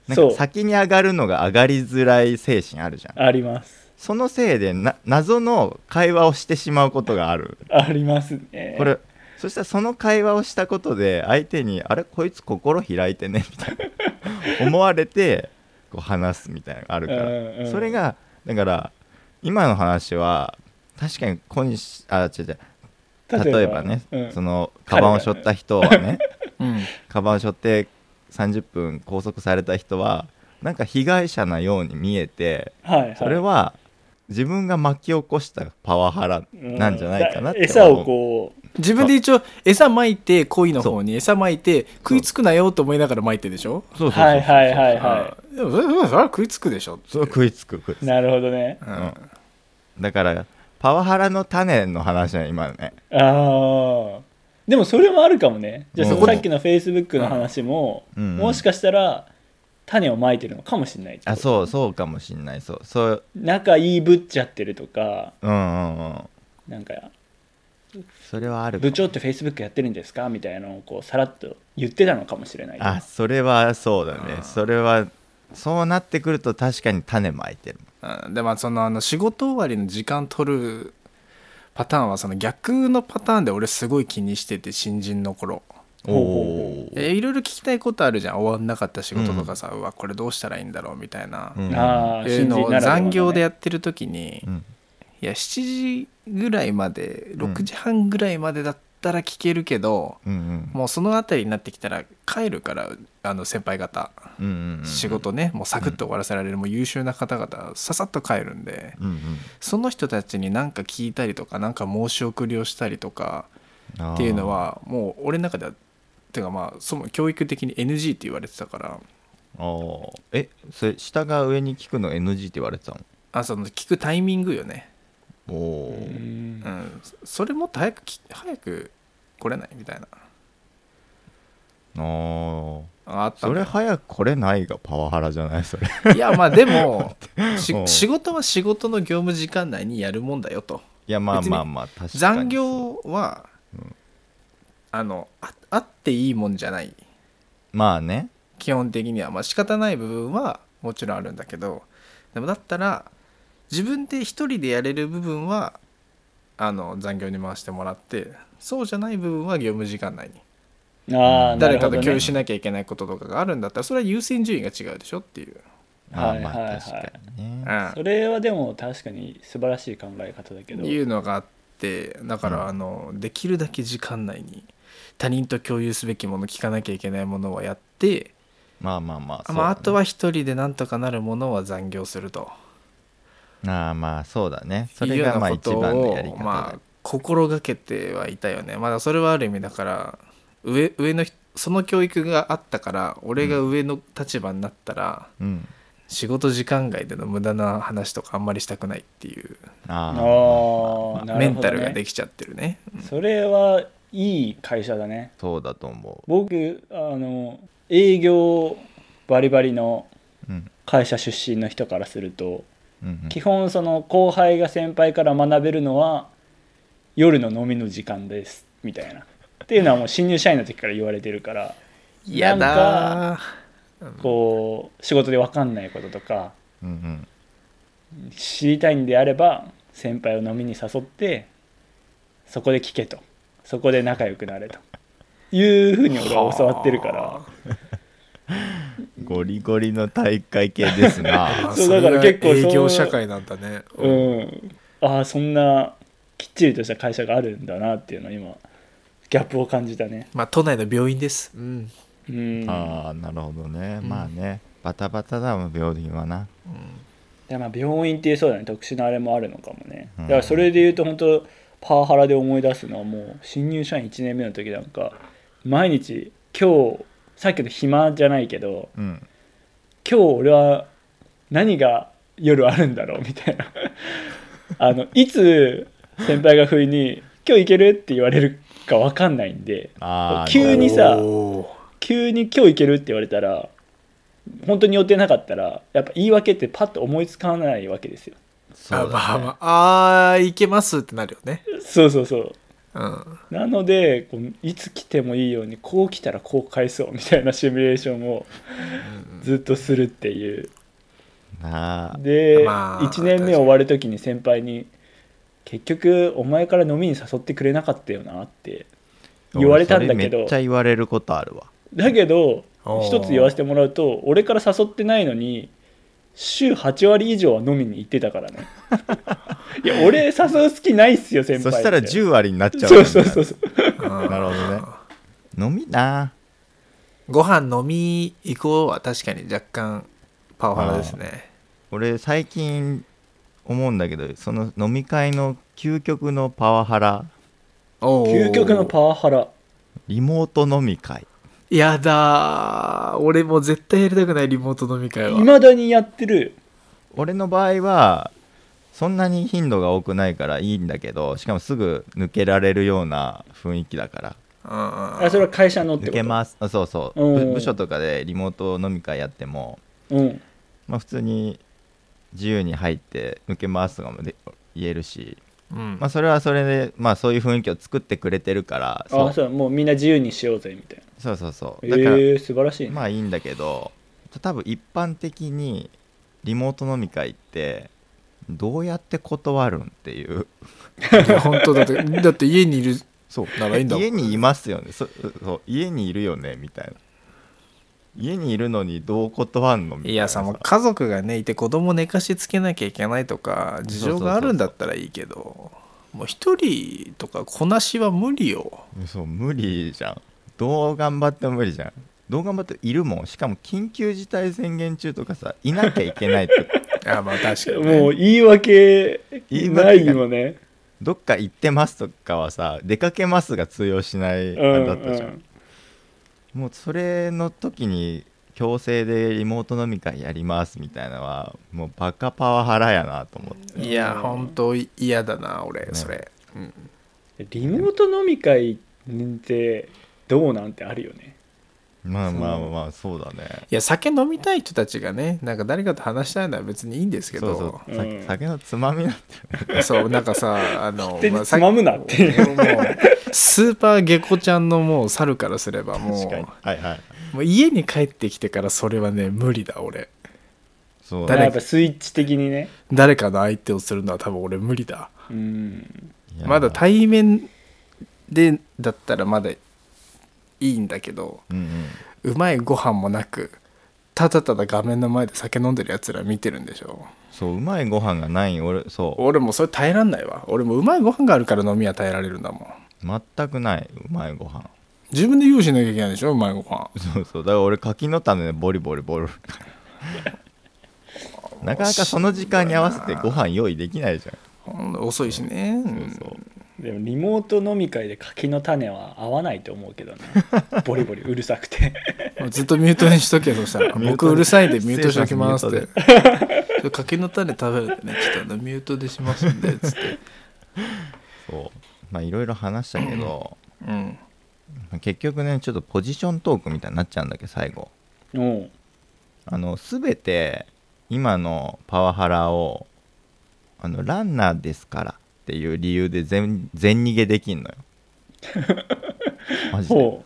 Speaker 2: なん
Speaker 3: そ
Speaker 2: か
Speaker 3: う
Speaker 2: 先に上がるのが上がりづらい精神あるじゃん
Speaker 3: あります
Speaker 2: そのせいでな謎の会話をしてしまうことがある
Speaker 3: ありますね
Speaker 2: これそしたらその会話をしたことで相手に「あれこいつ心開いてね」みたいな 思われてこう話すみたいなのがあるから、
Speaker 3: うんうん
Speaker 2: それがだから今の話は確かに小西あ違う違う例えばね、
Speaker 3: うん
Speaker 2: そのカバンを背負った人は ね
Speaker 4: う、うん、
Speaker 2: カバンを背負って30分拘束された人はなんか被害者なように見えて
Speaker 3: はいはい、
Speaker 2: それは自分が巻き起こしたパワハラなんじゃないかなって
Speaker 3: う
Speaker 2: 思
Speaker 3: ん餌
Speaker 2: う
Speaker 3: をこう
Speaker 4: 自分で一応餌まいて鯉の方に餌まいて食いつくなよと思いながらまいてでしょ
Speaker 2: そうそうそう
Speaker 3: はいはいはいは
Speaker 4: あでもそれそれそれは食いつくでしょ
Speaker 2: そう食いつく食いつ
Speaker 3: い
Speaker 2: く
Speaker 3: なるほどね
Speaker 4: うん
Speaker 2: うんだからパワハラの種の話は今ね
Speaker 3: ああでもそれもあるかもねじゃあ
Speaker 2: うん
Speaker 3: そこさっきのフェイスブックの話も、
Speaker 2: うん
Speaker 3: もしかしたら種をまいてるのかもしれない
Speaker 2: あそうそうかもしんないそうそう
Speaker 3: 仲いいぶっちゃってるとか
Speaker 2: うんうんうん
Speaker 3: なんか
Speaker 2: それはあるかも
Speaker 3: 部長ってフェイスブックやってるんですかみたいなのをこうさらっと言ってたのかもしれない
Speaker 2: あそれはそうだねそれはそうなってくると確かに種まいてる
Speaker 4: うんでまあそのあの仕事終わりの時間取るパターンはその逆のパターンで俺すごい気にしてて新人の頃
Speaker 2: お
Speaker 3: ほう
Speaker 2: おー
Speaker 4: えいろいろ聞きたいことあるじゃん終わんなかった仕事とかさ、うわこれどうしたらいいんだろうみたいな、
Speaker 2: うん
Speaker 3: あー
Speaker 4: いう
Speaker 3: 新
Speaker 4: の
Speaker 3: 人
Speaker 4: を
Speaker 3: ならではのね
Speaker 4: 残業でやってる時に、
Speaker 2: うん
Speaker 4: いや7時ぐらいまで6時半ぐらいまでだったったら聞けるけど
Speaker 2: うんうん
Speaker 4: もうその辺りになってきたら帰るからあの先輩方
Speaker 2: うんうんうん
Speaker 4: 仕事ねもうサクッと終わらせられるもう優秀な方々ささっと帰るんで
Speaker 2: うんうん
Speaker 4: その人たちに何か聞いたりとか何か申し送りをしたりとか
Speaker 2: あー
Speaker 4: っていうのはもう俺の中ではてかまあその教育的に NG って言われてたから
Speaker 2: あーえそれ下が上に聞くの NG って言われてたの
Speaker 4: あその聞くタイミングよね、
Speaker 2: おおー、
Speaker 3: うん
Speaker 4: うん、そそれもっと早くき早く来れないみたいな
Speaker 2: あー
Speaker 4: ああった
Speaker 2: そ
Speaker 4: の
Speaker 2: れ
Speaker 4: よ
Speaker 2: 早く来れないがパワハラじゃないそれ
Speaker 4: いやまあで もし
Speaker 2: うん
Speaker 4: 仕事は仕事の業務時間内にやるもんだよと
Speaker 2: いやまあまあまあ確かにそう
Speaker 4: 残業は、あのああっていいもんじゃない
Speaker 2: まあね
Speaker 4: 基本的にはまあ仕方ない部分はもちろんあるんだけどでもだったら自分で一人でやれる部分はあの残業に回してもらってそうじゃない部分は業務時間内に
Speaker 3: ああな
Speaker 4: 誰
Speaker 3: る
Speaker 4: か
Speaker 3: ほど
Speaker 4: と
Speaker 3: ね
Speaker 4: 共有しなきゃいけないこととかがあるんだったらそれは優先順位が違うでしょっていう、
Speaker 2: まあ
Speaker 3: はい
Speaker 2: ま
Speaker 3: はいは
Speaker 2: あ
Speaker 3: い
Speaker 2: 確かにね、
Speaker 4: う
Speaker 3: それはでも確かに素晴らしい考え方だけど
Speaker 4: ん、いうのがあってだか
Speaker 2: う
Speaker 4: ら
Speaker 2: ん
Speaker 4: あのできるだけ時間内に他人と共有すべきもの聞かなきゃいけないものはやって、
Speaker 2: まあまあまあ、
Speaker 4: まあ、あと
Speaker 2: は
Speaker 4: は一人でなんとかなるものは残業すると。
Speaker 2: ああまあそうだねそ
Speaker 4: いう
Speaker 2: れ
Speaker 4: よ
Speaker 2: が
Speaker 4: う
Speaker 2: まあ
Speaker 4: なこ
Speaker 2: 一
Speaker 4: と
Speaker 2: 番のやり
Speaker 4: を
Speaker 2: 方だ、
Speaker 4: まあ心がけてはいたよねまだそれはある意味だから上上の人その教育があったから俺が上の立場になったら、
Speaker 2: うん
Speaker 4: 仕事時間外での無駄な話とかあんまりしたくないっていう、
Speaker 2: あ
Speaker 3: あ
Speaker 2: あ
Speaker 3: ーな
Speaker 4: メ
Speaker 3: る
Speaker 4: ン
Speaker 3: ほ
Speaker 4: タ
Speaker 3: どね
Speaker 4: ルができちゃって るね
Speaker 3: それはいい会社だね
Speaker 2: そうだと思
Speaker 3: 僕あの営業バリバリの
Speaker 2: う、うん
Speaker 3: 会社出身の人からすると
Speaker 2: うんうん、
Speaker 3: 基本その後輩が先輩から学べるのは夜の飲みの時間ですみたいなっていうのはもう新入社員の時から言われてるから
Speaker 4: 嫌
Speaker 3: な
Speaker 4: だー
Speaker 3: こう仕事で分かんないこととか
Speaker 2: うんうん
Speaker 3: 知りたいんであれば先輩を飲みに誘ってそこで聞けとそこで仲良くなれというふうに俺は教わってるから
Speaker 2: ゴリゴリの大会系ですな
Speaker 4: あ
Speaker 3: そう
Speaker 4: れ
Speaker 3: だから結構そう
Speaker 4: 営業社会なんだね、
Speaker 3: うんああそんなきっちりとした会社があるんだなっていうのは今ギャップを感じたね
Speaker 4: まあ都内の病院です、うん
Speaker 3: うん
Speaker 2: ああなるほどね、まあねバタバタだもん病院はな
Speaker 3: でまあ病院っていうそうだね特殊なあれもあるのかもね、
Speaker 2: うん
Speaker 3: だからそれで言うと本当パワハラで思い出すのはもう新入社員1年目の時なんか毎日今日さっきの暇じゃないけど
Speaker 2: うん
Speaker 3: 今日俺は何が夜あるんだろうみたいな あのいつ先輩が不意に「今日行ける?」って言われるか分かんないんで
Speaker 2: ああ
Speaker 3: 急にさ
Speaker 4: おー
Speaker 3: 急に「今日行ける?」って言われたら本当に予定なかったらやっぱ言い訳ってパッと思いつかないわけですよ
Speaker 2: そうだ、
Speaker 4: あ
Speaker 2: ね、
Speaker 4: まあまああーいけますってなるよね
Speaker 3: そうそうそう
Speaker 4: うん
Speaker 3: なのでこういつ来てもいいようにこう来たらこう返そうみたいなシミュレーションをずっとするっていう
Speaker 2: なあ
Speaker 3: で、
Speaker 4: まあ
Speaker 3: 1年目終わる時に先輩に「結局お前から飲みに誘ってくれなかったよな」って 言われたんだ
Speaker 2: 俺
Speaker 3: けど
Speaker 2: それめっちゃ言われることあるわ
Speaker 3: だけど
Speaker 4: おー
Speaker 3: 一つ言わせてもらうと俺から誘ってないのに週8割以上は飲みに行ってたか らねいや俺誘う好きないっすよ先
Speaker 2: そ
Speaker 3: 輩
Speaker 2: したら10割になっちゃう
Speaker 3: そうそうそうそう
Speaker 4: うん
Speaker 2: なるほどね飲みな
Speaker 4: ご飯飲み行こうは確かに若干パワハラですね
Speaker 2: 俺最近思うんだけどその飲み会の究極のパワハラ
Speaker 4: おうおうおう
Speaker 3: 究極のパワハラ
Speaker 2: リモート飲み会
Speaker 4: やだー俺もう絶対やりたくないリモート飲み会
Speaker 3: い
Speaker 4: は
Speaker 3: まだにやってる
Speaker 2: 俺の場合はそんなに頻度が多くないからいいんだけどしかもすぐ抜けられるような雰囲気だから
Speaker 4: うんう
Speaker 3: あ
Speaker 4: ん
Speaker 3: それは会社のって
Speaker 2: 抜
Speaker 3: こと
Speaker 2: けますあそうそう
Speaker 3: うん
Speaker 2: 部部署とかでリモート飲み会やっても、
Speaker 3: うん
Speaker 2: まあ、普通に自由に入って抜けますとかもで言えるし、
Speaker 4: うん
Speaker 2: まあ、それはそれで、まあ、そういう雰囲気を作ってくれてるからそ
Speaker 3: あ
Speaker 2: う
Speaker 3: そうもうみんな自由にしようぜみたいな
Speaker 2: そうそうそうだから、
Speaker 3: えー、素晴らしいね、
Speaker 2: まあいいんだけど多分一般的にリモート飲み会ってどうやって断るんっていう
Speaker 4: いや本当だってだって家にいる
Speaker 2: そう
Speaker 4: ならいいんだもん
Speaker 2: 家にいますよねそそう家にいるよねみたいな家にいるのにどう断んのみたいない
Speaker 4: やさもう家族がねいて子供寝かしつけなきゃいけないとか事情があるんだったらいいけどもう一人とかこなしは無理よ
Speaker 2: そう無理じゃんどう頑張っても無理じゃんどう頑張ってもいるもんしかも緊急事態宣言中とかさいなきゃいけないって
Speaker 4: あまあ確かに、ね、
Speaker 3: もう言い訳ないよね
Speaker 2: どっか行ってますとかはさ出かけますが通用しない
Speaker 3: うん
Speaker 2: あ
Speaker 3: う
Speaker 2: れ
Speaker 3: ん
Speaker 2: だったじゃん、もうそれの時に強制でリモート飲み会やりますみたいなのはもうバカパワハラやなと思って
Speaker 4: いや本当嫌だな俺、
Speaker 2: ね
Speaker 4: それ
Speaker 3: リモート飲み会ってどうなんてあるよね
Speaker 2: まあまあまあそうだね
Speaker 4: いや酒飲みたい人たちがねなんか誰かと話したいのは別にいいんですけ
Speaker 2: そう
Speaker 4: ど
Speaker 2: そう、
Speaker 3: うん
Speaker 2: さ酒のつまみなんて
Speaker 4: そうなんかさあの
Speaker 3: 手に
Speaker 4: まあさ
Speaker 3: つまむなってい
Speaker 4: もうスーパーゲコちゃんのもう猿からすればも
Speaker 2: 確かに
Speaker 4: う
Speaker 2: はいはい
Speaker 4: もう家に帰ってきてからそれはね無理だ俺
Speaker 2: そう
Speaker 4: 誰
Speaker 3: やっぱスイッチ的にね
Speaker 4: 誰かの相手をするのは多分俺無理だ
Speaker 3: うん
Speaker 2: いや
Speaker 4: まだ対面でだったらまだいいんだけど
Speaker 2: うんうん
Speaker 4: うまいご飯もなくただただ画面の前で酒飲んでるやつら見てるんでしょ
Speaker 2: そううまいご飯がない俺そう
Speaker 4: 俺もうそれ耐えらんないわ俺もううまいご飯があるから飲みは耐えられるんだもん
Speaker 2: 全くないうまいご飯
Speaker 4: 自分で用意しなきゃいけないでしょうまいご飯
Speaker 2: そうそうだから俺柿の種ボリボリボリ なかなかその時間に合わせてご飯用意できないじゃ
Speaker 4: ほん遅いしねうんん
Speaker 2: そう
Speaker 3: でもリモート飲み会で柿の種は合わないと思うけど ねボリボリうるさくて
Speaker 4: ずっとミュートにしとけそした
Speaker 2: ミ
Speaker 4: ら
Speaker 2: ュート
Speaker 4: 僕うるさいんでミュートしときますっ
Speaker 2: 失礼
Speaker 4: て
Speaker 2: し
Speaker 4: 柿の種食べるんでねちょっとあのミュートでしますんでつって
Speaker 2: そうそうまあいろいろ話したけど
Speaker 4: うん
Speaker 2: 結局ねちょっとポジショントークみたいになっちゃうんだけど最後
Speaker 3: おう
Speaker 2: あの全て今のパワハラをあのランナーですからっていう理由で全全逃げできん のよマジで
Speaker 3: ほ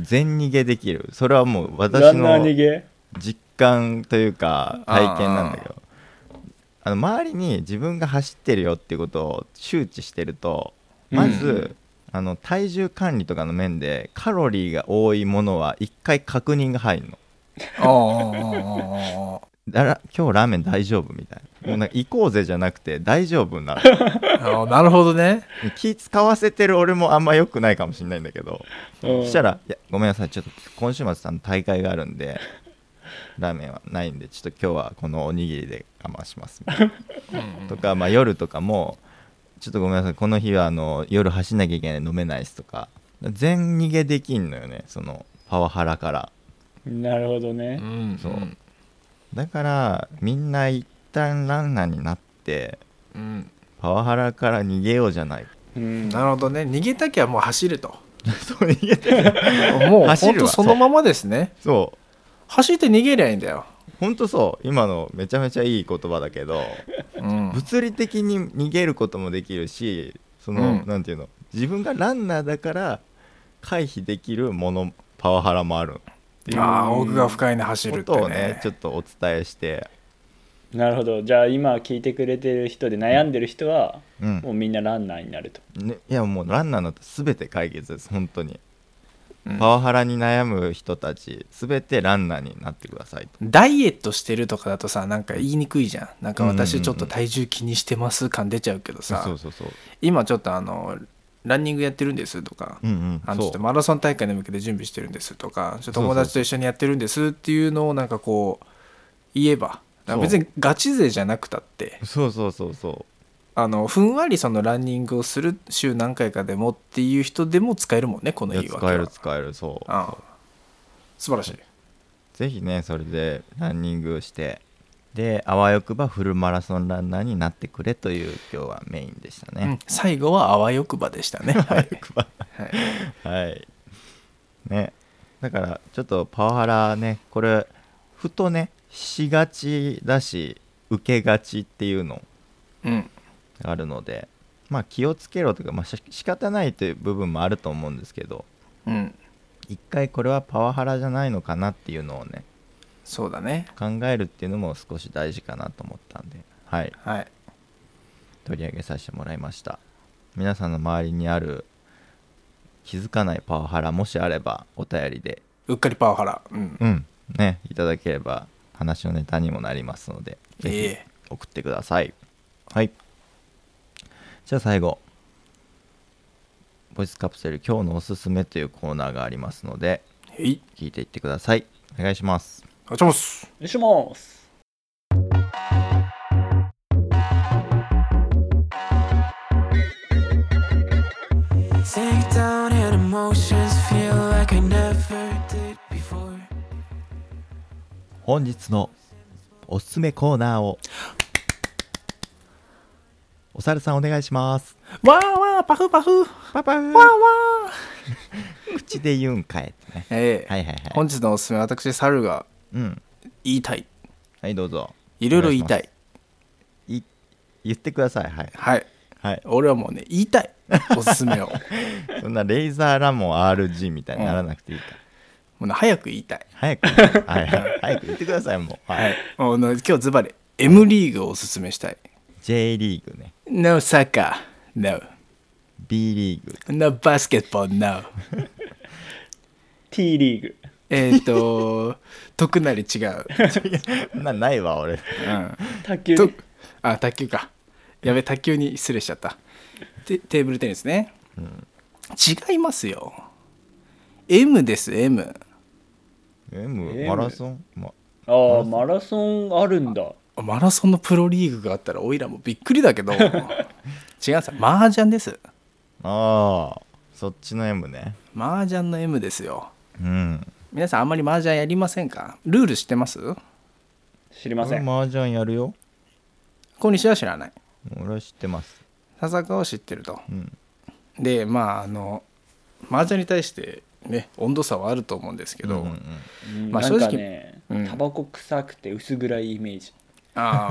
Speaker 2: 全逃げできるそれはもう
Speaker 3: うラ
Speaker 2: 私
Speaker 3: ンナ
Speaker 2: の
Speaker 3: ー逃げ
Speaker 2: 実感というか体験なんだけどあの周りに自分が走ってるよっていうことを周知してるとまず、
Speaker 4: うん
Speaker 2: あの体重管理とかの面でカロリーが多いものは一回確認が入るの
Speaker 4: ああ
Speaker 2: だら今日ラーメン大丈夫みたいなもうなんか行こうぜじゃなくて大丈夫なの
Speaker 4: ああなるほどね
Speaker 2: 気使わせてる俺もあんま良くないかもしれないんだけど
Speaker 3: うん
Speaker 2: そしたら「いやごめんなさいちょっと今週末あの大会があるん でラーメンはないんでちょっと今日はこのおにぎりで我慢し ます」みたいなとか、まあ、夜とかも「ちょっとごめんなさいこの日はあの夜走んなきゃいけない飲めないです」とか全逃げできんのよねそのパワハラから
Speaker 3: なるほど
Speaker 4: う
Speaker 3: ね
Speaker 4: ん
Speaker 2: そうだからみんな一旦ランナーになって
Speaker 4: うん
Speaker 2: パワハラから逃げようじゃない
Speaker 3: うん
Speaker 4: なるほどね逃げたきゃもう走ると
Speaker 2: そう逃げて
Speaker 4: もう
Speaker 2: 走
Speaker 4: 本
Speaker 2: る
Speaker 4: 当
Speaker 2: わ
Speaker 4: そのままですね
Speaker 2: そう
Speaker 4: 走って逃げりゃいいんだよ
Speaker 2: ほんとそう今のめちゃめちゃいい言葉だけど
Speaker 4: うん
Speaker 2: 物理的に逃げることもできるしその、
Speaker 4: うん
Speaker 2: なんていうの自分がランナーだから回避できるものパワハラもある
Speaker 4: ああ奥が深いね走る
Speaker 2: こ
Speaker 4: っ
Speaker 2: とをね
Speaker 4: てね
Speaker 2: ちょっとお伝えして、
Speaker 3: なるほどじゃあ今聞いてくれてる人で悩んでる人は
Speaker 2: うん
Speaker 3: もうみんなランナーになると
Speaker 2: ね、いやもうランナーの全て解決です本当に、パワハラに悩む人たち全てランナーになってくださいと
Speaker 4: ダイエットしてるとかだとさなんか言いにくいじゃんなんか私ちょっと体重気にしてます感出ちゃうけどさ、
Speaker 2: そうそうそう
Speaker 4: 今ちょっとあのランニングやってるんですとか、
Speaker 2: うんうん
Speaker 4: あのち
Speaker 2: そ
Speaker 4: ょ
Speaker 2: う
Speaker 4: っとマラソン大会に向けて準備してるんですとかちょ
Speaker 2: そ
Speaker 4: っと
Speaker 2: うそう
Speaker 4: 友達と一緒にやってるんですっていうのをなんかこう言えばだから別にガチ勢じゃなくたって
Speaker 2: そうそうそうそう
Speaker 4: あのふんわりそのランニングをする週何回かでもっていう人でも使えるもんねこの
Speaker 2: いや
Speaker 4: 言い訳は
Speaker 2: 使える使えるそう
Speaker 4: ああ素晴らしい
Speaker 2: ぜひねそれでランニングしてであわよくばフルマラソンランナーになってくれという今日はメインでした
Speaker 4: うん
Speaker 2: ね、
Speaker 4: 最後はあわよくばでした ね。はいはい
Speaker 2: はいねだからちょっとパワハラねこれふとねしがちだし受けがちっていうの
Speaker 4: うん
Speaker 2: があるのでまあ気をつけろというか、まあ、し仕方ないという部分もあると思うんですけど
Speaker 4: うん、
Speaker 2: 一回これはパワハラじゃないのかなっていうのをね
Speaker 4: そうだね。
Speaker 2: 考えるっていうのも少し大事かなと思ったんではい
Speaker 4: はい、
Speaker 2: 取り上げさせてもらいました皆さんの周りにある気づかないパワハラもしあればお便りで
Speaker 4: うっかりパワハラ。うん、
Speaker 2: うんねいただければ話のネタにもなりますので
Speaker 4: え
Speaker 2: ぜ
Speaker 4: え
Speaker 2: ひ送ってください、はいじゃあ最後ボイスカプセル今日のおすすめというコーナーがありますので
Speaker 4: へい
Speaker 2: 聞いていってくださいお願いします
Speaker 4: あちょます
Speaker 3: 願いします
Speaker 2: 本日のおすすめコーナーをお猿さんお願いします
Speaker 4: わーわーパフパフわ
Speaker 2: パパ
Speaker 4: ーわ ー
Speaker 2: 口で言うんかいってね
Speaker 4: ええ
Speaker 2: はいはいはい
Speaker 4: 本日のおすすめ私猿が
Speaker 2: うん
Speaker 4: 言いたい
Speaker 2: はいどうぞ
Speaker 4: いろいろ言いたい
Speaker 2: い言ってくださいはい
Speaker 4: はい
Speaker 2: はい
Speaker 4: 俺はもうね言いた いおすすめをも
Speaker 2: そんなレイザーラモン RG みたいにならなくていいから、
Speaker 4: うね早く言いたい
Speaker 2: 早く、はいはい、早く言ってくださいもう、
Speaker 4: はいもうね今日ズバリ M リーグをおすすめしたい
Speaker 2: J リーグね
Speaker 4: No soccer No
Speaker 2: B リーグ
Speaker 4: No basketball No
Speaker 3: T リーグ
Speaker 4: えっと 徳成違う、
Speaker 2: なないわ俺
Speaker 4: うん、
Speaker 3: 卓球
Speaker 4: とあ卓球かやべ卓球に失礼しちゃったテテーブルテニスね、違いますよ M です M
Speaker 2: M マラソン、ま、
Speaker 3: ああマラソンあるんだ
Speaker 4: あマラソンのプロリーグがあったらおいらもびっくりだ けど違うんですよ麻雀です
Speaker 2: ああそっちの M ね
Speaker 4: 麻雀の M ですよ
Speaker 2: うん
Speaker 4: 皆さんあんまり麻雀やりませんかルール知ってます
Speaker 3: 知りません
Speaker 2: マージャンやるよ
Speaker 4: 小西は知らない
Speaker 2: 俺は知ってます
Speaker 4: 笹川は知ってると
Speaker 2: うん
Speaker 4: でまああの麻雀に対してね温度差はあると思うんですけ
Speaker 2: う
Speaker 4: ど、
Speaker 2: んうんうん
Speaker 3: うん
Speaker 4: まあ
Speaker 3: なんか
Speaker 4: 正直
Speaker 3: ね
Speaker 4: うん
Speaker 3: タバコ臭くて薄暗いイメージ
Speaker 4: あ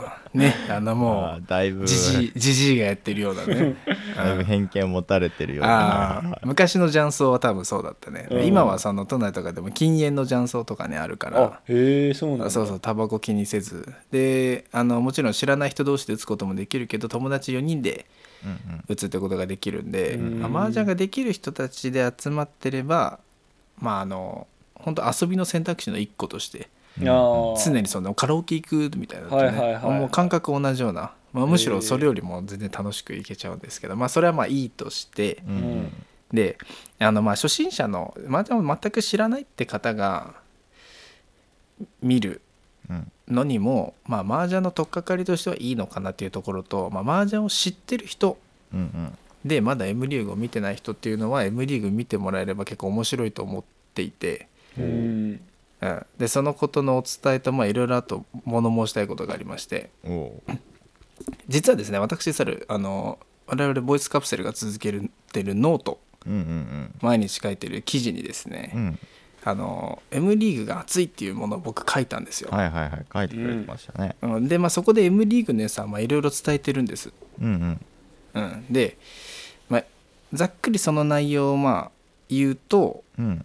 Speaker 4: あまあねあのも
Speaker 2: あーだ いうぶ
Speaker 4: じじいじじいがやってるよう なね
Speaker 2: だいぶ偏見を持たれてるよう
Speaker 4: あ
Speaker 2: な
Speaker 4: ー昔の雀荘は多分そうだったね、
Speaker 3: うん
Speaker 4: 今はその都内とかでも禁煙の雀荘とかねあるから
Speaker 3: あへえそうなんだ
Speaker 4: そうそうタバコ気にせずであのもちろん知らない人同士で打つこともできるけど友達4人で
Speaker 2: うんうん
Speaker 4: 打つってことができるんで
Speaker 3: うん
Speaker 4: まあ麻雀ができる人たちで集まってればまああの本当遊びの選択肢の一個として
Speaker 3: あー
Speaker 4: 常にそのカラオケ行くみたいなのとね、
Speaker 3: はいはいはい
Speaker 4: もう感覚同じような、まあ、むしろそれよりも全然楽しく行けちゃうんですけど、まあそれはまあいいとして、
Speaker 2: うんうん
Speaker 4: であのまあ初心者の麻雀を全く知らないって方が見る
Speaker 2: うん
Speaker 4: のにも、まあ、麻雀の取っかかりとしてはいいのかなっていうところと、まあ、麻雀を知ってる人
Speaker 2: うんうん
Speaker 4: でまだ M リーグを見てない人っていうのは M リーグ見てもらえれば結構面白いと思っていて、
Speaker 3: うん
Speaker 4: うん、でそのことのお伝えとまあいろいろあと物申したいことがありまして
Speaker 2: うんおう
Speaker 4: 実はですね私猿あの我々ボイスカプセルが続けてるノート
Speaker 2: うんうん
Speaker 4: 毎日書いてる記事にですね、
Speaker 2: うんうん
Speaker 4: あの M リーグが熱いっていうものを僕書いたんですよ、
Speaker 2: はいはいはい書いてくれてましたね
Speaker 4: うんで、まあ、そこで M リーグの良さはまあいろいろ伝えてるんです、
Speaker 2: うんうん
Speaker 4: うん、で、まあ、ざっくりその内容をまあ言うと
Speaker 2: うん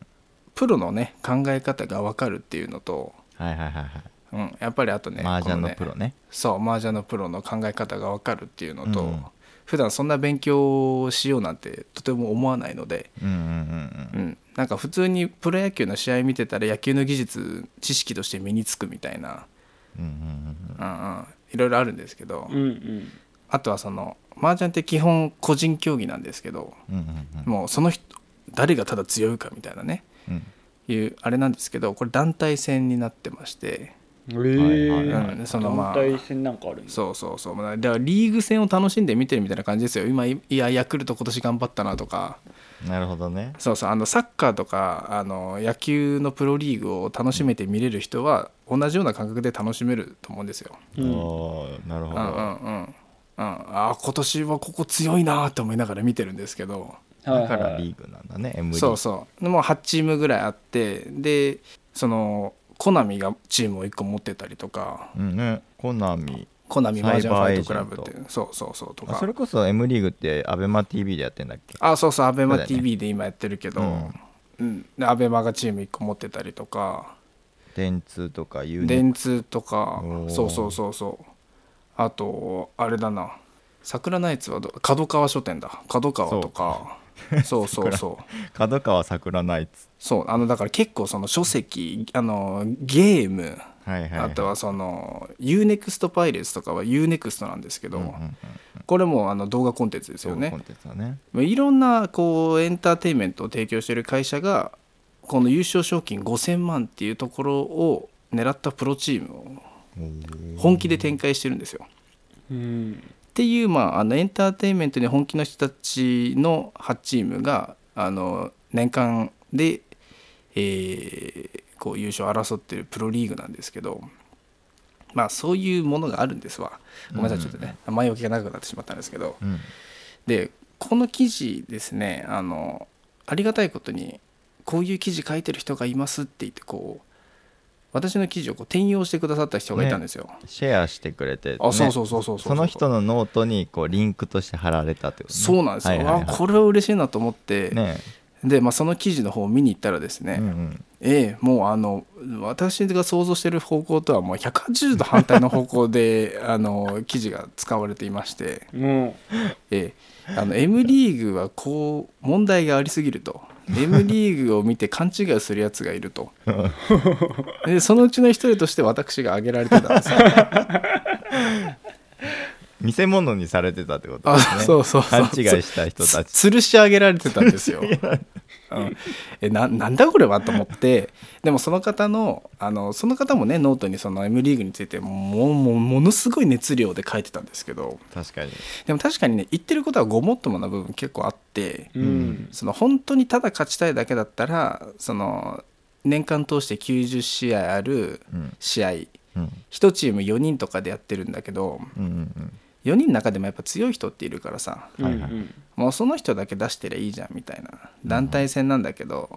Speaker 4: プロのね考え方が分かるっていうのと、
Speaker 2: はいはいはいは
Speaker 4: うん、やっぱりあとね
Speaker 2: い麻雀
Speaker 4: こ
Speaker 2: の
Speaker 4: ね
Speaker 2: プロね
Speaker 4: そう麻雀のプロの考え方が分かるっていうのと、
Speaker 2: うん
Speaker 4: 普段そんな勉強をしようなんてとても思わないので、
Speaker 2: うんうんう
Speaker 4: うんん、なんか普通にプロ野球の試合見てたら野球の技術知識として身につくみたいな
Speaker 2: うんうんうん
Speaker 4: うんうんいろいろあるんですけど、
Speaker 3: うんうん
Speaker 4: あとはその麻雀って基本個人競技なんですけど
Speaker 2: うんうんうん
Speaker 4: もうその人誰がただ強いかみたいなね
Speaker 2: うん
Speaker 4: いうあれなんですけどこれ団体戦になってまして
Speaker 3: え
Speaker 2: はい
Speaker 3: ー
Speaker 2: は
Speaker 4: うんそのま
Speaker 3: 団
Speaker 4: あ
Speaker 3: 体戦なんかあるんだ
Speaker 4: そうそうそうだからリーグ戦を楽しんで見てるみたいな感じですよ今いいやヤクルト今年頑張ったなとか
Speaker 2: なるほどね
Speaker 4: そうそうあのサッカーとかあの野球のプロリーグを楽しめて見れる人は同じような感覚で楽しめると思うんですよ。
Speaker 3: うん
Speaker 2: おーなるほ
Speaker 4: うんうんう
Speaker 2: ど
Speaker 4: んうん、あー今年はここ強いなーって思いながら見てるんですけど
Speaker 3: はい
Speaker 2: だから
Speaker 3: は
Speaker 2: リ
Speaker 3: い
Speaker 2: ーグなんだね M リー
Speaker 4: そ
Speaker 2: グ
Speaker 4: うそうもう8チームぐらいあってでそのコナミがチームを1個持ってたりとか
Speaker 2: うんねコナミ
Speaker 4: コナミマージャンファイトクラ
Speaker 2: サ
Speaker 4: ブっ
Speaker 2: イバーエー
Speaker 4: てそうそうそうと
Speaker 2: あ
Speaker 4: か
Speaker 2: それこそ M リーグって ABEMATV でやってんだっけ
Speaker 4: あそうそうア
Speaker 2: そ
Speaker 4: ベ
Speaker 2: う
Speaker 4: マ
Speaker 2: だよね
Speaker 4: t v で今やってるけど、
Speaker 2: う
Speaker 4: うんんでアベマがチーム1個持ってたりとか
Speaker 2: 電通とか U
Speaker 4: 電通とか
Speaker 2: おー
Speaker 4: そうそうそうそうあとあれだな桜ナイツはど角川書店だ角川とかそうそうそう
Speaker 2: 角川桜ナイツ
Speaker 4: そうあのだから結構その書籍あのゲーム
Speaker 2: はいはい、
Speaker 4: あとはその UNEXT パイレーツとかは UNEXT なんですけど、
Speaker 2: うんうんうん
Speaker 4: これもあの動画コンテンツですよ
Speaker 2: そうコ
Speaker 4: ね
Speaker 2: ンテンツだね
Speaker 4: まあいろんなこうエンターテインメントを提供している会社がこの優勝賞金5000万っていうところを狙ったプロチームを本気で展開してるんですよ。
Speaker 3: うん
Speaker 4: っていう、まあ、あのエンターテインメントに本気の人たちの8チームがあの年間で、えーこう優勝を争ってるプロリーグなんですけど、まあ、そういうものがあるんですわごめんなさいちょっとね前置きが長くなってしまったんですけど
Speaker 2: うん
Speaker 4: でこの記事ですねあのありがたいことにこういう記事書いてる人がいますって言ってこう私の記事をこう転用してくださった人がいたんですよ。
Speaker 2: シェアしてくれて、ね、
Speaker 4: あそうそうそうそううう
Speaker 2: その人のノートにこうリンクとして貼られたってこと、ね、
Speaker 4: そうなんですよ、
Speaker 2: はいはいはい
Speaker 4: あこれは嬉しいなと思って、
Speaker 2: ね
Speaker 4: で、まあ、その記事の方を見に行ったらですね、
Speaker 2: うんうん、
Speaker 4: ええもうあの私が想像してる方向とはもう180度反対の方向で あの記事が使われていまして、
Speaker 3: も
Speaker 4: ええあの M リーグはこう問題がありすぎると M リーグを見て勘違いするやつがい るとでそのうちの一人として私が挙げられてたんですよ
Speaker 2: 見せ物にされてたってこと
Speaker 4: あ
Speaker 2: ですね
Speaker 4: そうそうそう
Speaker 2: 勘違いした人たち
Speaker 4: つ吊るし上げられてたんで すよ。うんえななんだこれはと思ってでもその方のあのその方もねノートにその M リーグについてもうもうものすごい熱量で書いてたんですけど
Speaker 2: 確かに
Speaker 4: でも確かにね言ってることはごもっともな部分結構あって
Speaker 3: う、うん、
Speaker 4: その本当にただ勝ちたいだけだったらその年間通して90試合ある
Speaker 2: うん
Speaker 4: 試合、
Speaker 2: うん
Speaker 4: 1チーム4人とかでやってるんだけど
Speaker 2: うんうん
Speaker 4: 4人の中でもやっぱ強い人っているからさ
Speaker 3: うんうん
Speaker 4: もうその人だけ出してりゃいいじゃんみたいな団体戦なんだけど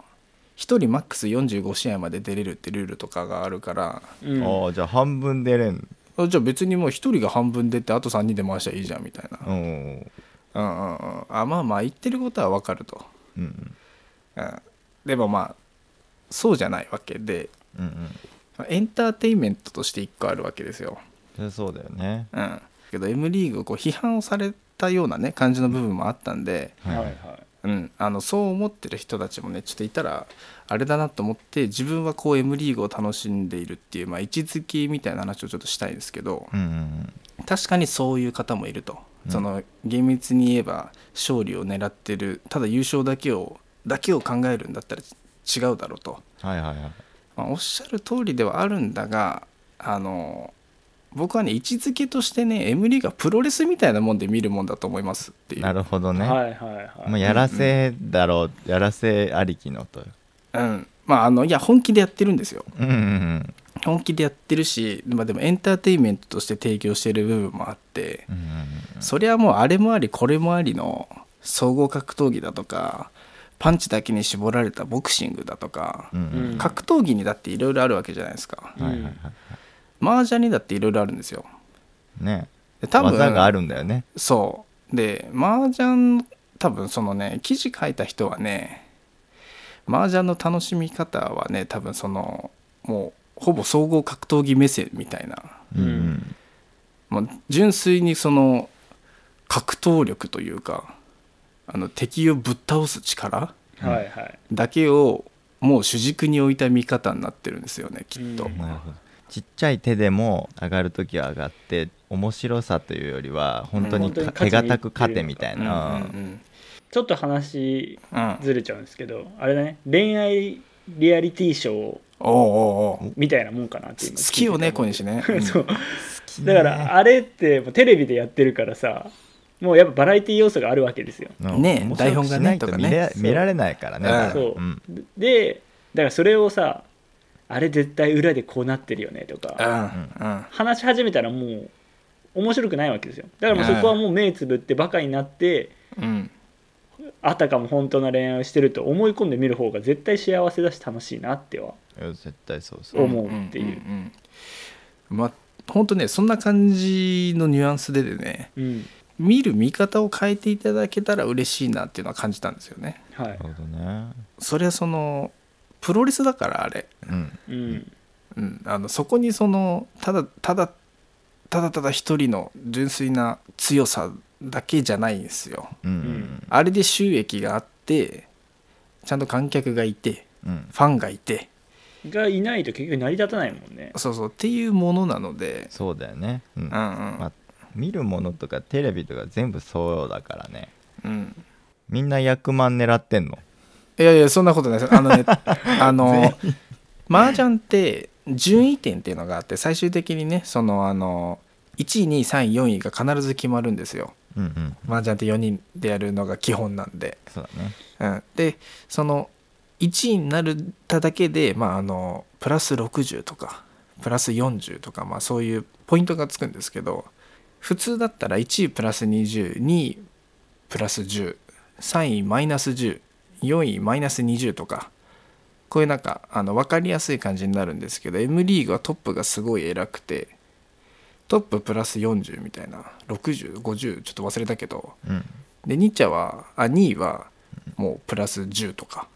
Speaker 4: 1人マックス45試合まで出れるってルールとかがあるから
Speaker 3: う
Speaker 2: うんんああじゃあ半分出れん
Speaker 4: あじゃあ別にもう1人が半分出てあと3人で回したらいいじゃんみたいな
Speaker 2: おー
Speaker 4: うんうんうんあまあまあ言ってることはわかると、
Speaker 2: うん
Speaker 4: うん、でもまあそうじゃないわけで
Speaker 2: うんうん
Speaker 4: エンターテインメントとして1個あるわけですよ、
Speaker 2: うんそうだよね
Speaker 4: うん、けど M リーグをこう批判をされたようなね感じの部分もあったんで、
Speaker 3: はいは
Speaker 2: はいい
Speaker 4: うん、あのそう思ってる人たちもねちょっといたらあれだなと思って自分はこう M リーグを楽しんでいるっていう、まあ、位置づきみたいな話をちょっとしたいんですけど
Speaker 2: うんうん
Speaker 4: 確かにそういう方もいると、その厳密に言えば勝利を狙ってるただ優勝だけをだけを考えるんだったら違うだろうと、
Speaker 2: はいはいはい
Speaker 4: まあ、おっしゃる通りではあるんだがあの僕はね位置づけとしてね M リーグはプロレスみたいなもんで見るもんだと思いますっていう
Speaker 2: なるほどね、
Speaker 3: はいはい
Speaker 2: もうやらせだろう、やらせありきのという
Speaker 4: うん、まああのいや本気でやってるんですよ
Speaker 2: うんうんうん
Speaker 4: 本気でやってるし、まあ、でもエンターテインメントとして提供してる部分もあって、
Speaker 2: うんうん
Speaker 4: そりゃもうあれもありこれもありの総合格闘技だとかパンチだけに絞られたボクシングだとか、
Speaker 2: うんうん
Speaker 3: うん
Speaker 4: 格闘技にだっていろいろあるわけじゃないですか、
Speaker 2: はいはいはいは
Speaker 4: 麻雀にだっていろいろあるんですよ
Speaker 2: いね
Speaker 4: で多分
Speaker 2: 技があるんだよね
Speaker 4: そうで麻雀多分そのね記事書いた人はね麻雀の楽しみ方はね多分そのもうほぼ総合格闘技目線みたいな
Speaker 2: うんうん
Speaker 4: もう純粋にその格闘力というかあの敵をぶっ倒す力
Speaker 3: はいはい
Speaker 4: だけをもう主軸に置いた見方になってるんですよねきっと、
Speaker 3: うん
Speaker 2: なるほどちっちゃい手でも上がる時は上がって面白さというよりは本当
Speaker 4: う
Speaker 2: に
Speaker 4: ん
Speaker 2: か
Speaker 3: 本当に勝ちに
Speaker 2: 手堅く勝てみたい
Speaker 4: うんうん
Speaker 2: な、
Speaker 3: ちょっと話
Speaker 4: うんうん
Speaker 3: ずれちゃうんですけどあれだね恋愛リアリティショー
Speaker 4: おうおうおう
Speaker 3: みたいなもんかなって
Speaker 4: す
Speaker 3: 今
Speaker 4: 好きよ
Speaker 3: 聞い
Speaker 4: ね
Speaker 3: てた
Speaker 4: 小
Speaker 3: んで
Speaker 4: 西ね、
Speaker 3: そうだからあれってもうテレビでやってるからさもうやっぱバラエティ要素があるわけですよ
Speaker 2: うん
Speaker 4: ね
Speaker 2: 面白くしない
Speaker 4: 台本がねとかね
Speaker 2: 見れ
Speaker 3: そう
Speaker 2: 見られないからねだ
Speaker 4: うん
Speaker 2: から
Speaker 3: そう、
Speaker 2: ん
Speaker 3: でだからそれをさあれ絶対裏でこうなってるよねと
Speaker 4: うん
Speaker 3: か
Speaker 4: うん
Speaker 3: 話し始めたらもう面白くないわけですよだからもうそこはもう目つぶってバカになって
Speaker 4: うん
Speaker 3: あたかも本当の恋愛をしてると思い込んで見る方が絶対幸せだし楽しいなっては
Speaker 2: うん絶対そうそう、
Speaker 3: 思うっていう。
Speaker 4: んうんまあ本当ねそんな感じのニュアンスででね
Speaker 3: うん
Speaker 4: 見る見方を変えていただけたら嬉しいなっていうのは感じたんですよね
Speaker 3: はい
Speaker 2: なるほどね
Speaker 4: それはそのプロレスだからあれ、
Speaker 2: うん
Speaker 3: うん
Speaker 4: うん、あのそこにそのただただただただ一人の純粋な強さだけじゃないんですよ
Speaker 2: うんうん
Speaker 3: ん
Speaker 4: あれで収益があってちゃんと観客がいて
Speaker 2: うん
Speaker 4: ファンがいて
Speaker 3: がいないと結局成り立たないもんね
Speaker 4: そうそうっていうものなので
Speaker 2: そうだよね、うん
Speaker 4: うんうん、
Speaker 2: まあ見るものとかテレビとか全部そうだからね
Speaker 4: うん
Speaker 2: みんな役満狙ってんの
Speaker 4: いやいやそんなことないですあの ねあの麻雀って順位点っていうのがあって最終的にねそのあの1位2位3位4位が必ず決まるんですよ
Speaker 2: うんうん
Speaker 4: 麻雀って4人でやるのが基本なんで、
Speaker 2: そうだね
Speaker 4: うん、でその1位になるただけでまああのプラス60とかプラス40とかまあそういうポイントがつくんですけど普通だったら1位プラス202位プラス103位マイナス104位マイナス20とかこういうなんかあの分かりやすい感じになるんですけど M リーグはトップがすごい偉くてトッププラス40みたいな6050ちょっと忘れたけど
Speaker 2: うん
Speaker 4: で2茶はあ2位はもうプラス10とか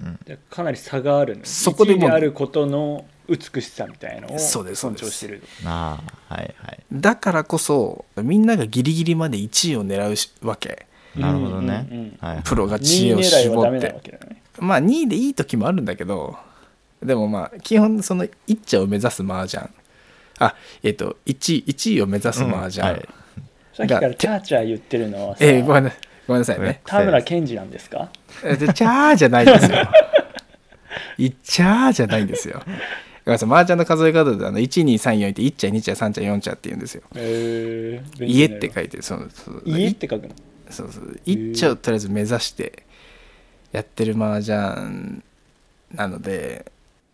Speaker 3: だからかなり差があるのよ
Speaker 4: そこでも
Speaker 3: 一位あることの美しさみたいなのを
Speaker 4: そうですそ
Speaker 3: 尊
Speaker 4: うです
Speaker 3: 重してる
Speaker 2: ああはいはい
Speaker 4: だからこそみんながギリギリまで1位を狙うしわけ
Speaker 2: なるほどね、
Speaker 3: うんうんうん
Speaker 2: はいはい
Speaker 4: プロが知
Speaker 3: 2
Speaker 4: 恵
Speaker 3: 位
Speaker 4: を
Speaker 3: 狙い
Speaker 4: 絞
Speaker 3: はダ
Speaker 4: っ
Speaker 3: メなわ
Speaker 4: て
Speaker 3: けだね
Speaker 4: まあ2位でいい時もあるんだけどでもまあ基本その1茶を目指す麻雀あえっ、と1位1位を目指す麻雀、
Speaker 2: うんはい
Speaker 3: さっきからチャーチャー言ってるのはさ、
Speaker 4: えーごめんなごめんなさいね、
Speaker 3: 田村健二なんですか
Speaker 4: えでチャーじゃないんですよ。いっちゃーじゃないんですよ。ごめんなさい、麻雀の数え方であの1、2、3、4って1茶、2茶、3茶、4茶って言うんですよ。
Speaker 3: えー
Speaker 4: 家って書いて、そうそう
Speaker 3: 家っ
Speaker 4: い
Speaker 3: て書くの
Speaker 4: そうそう1茶をとりあえず目指してやってる麻雀なので、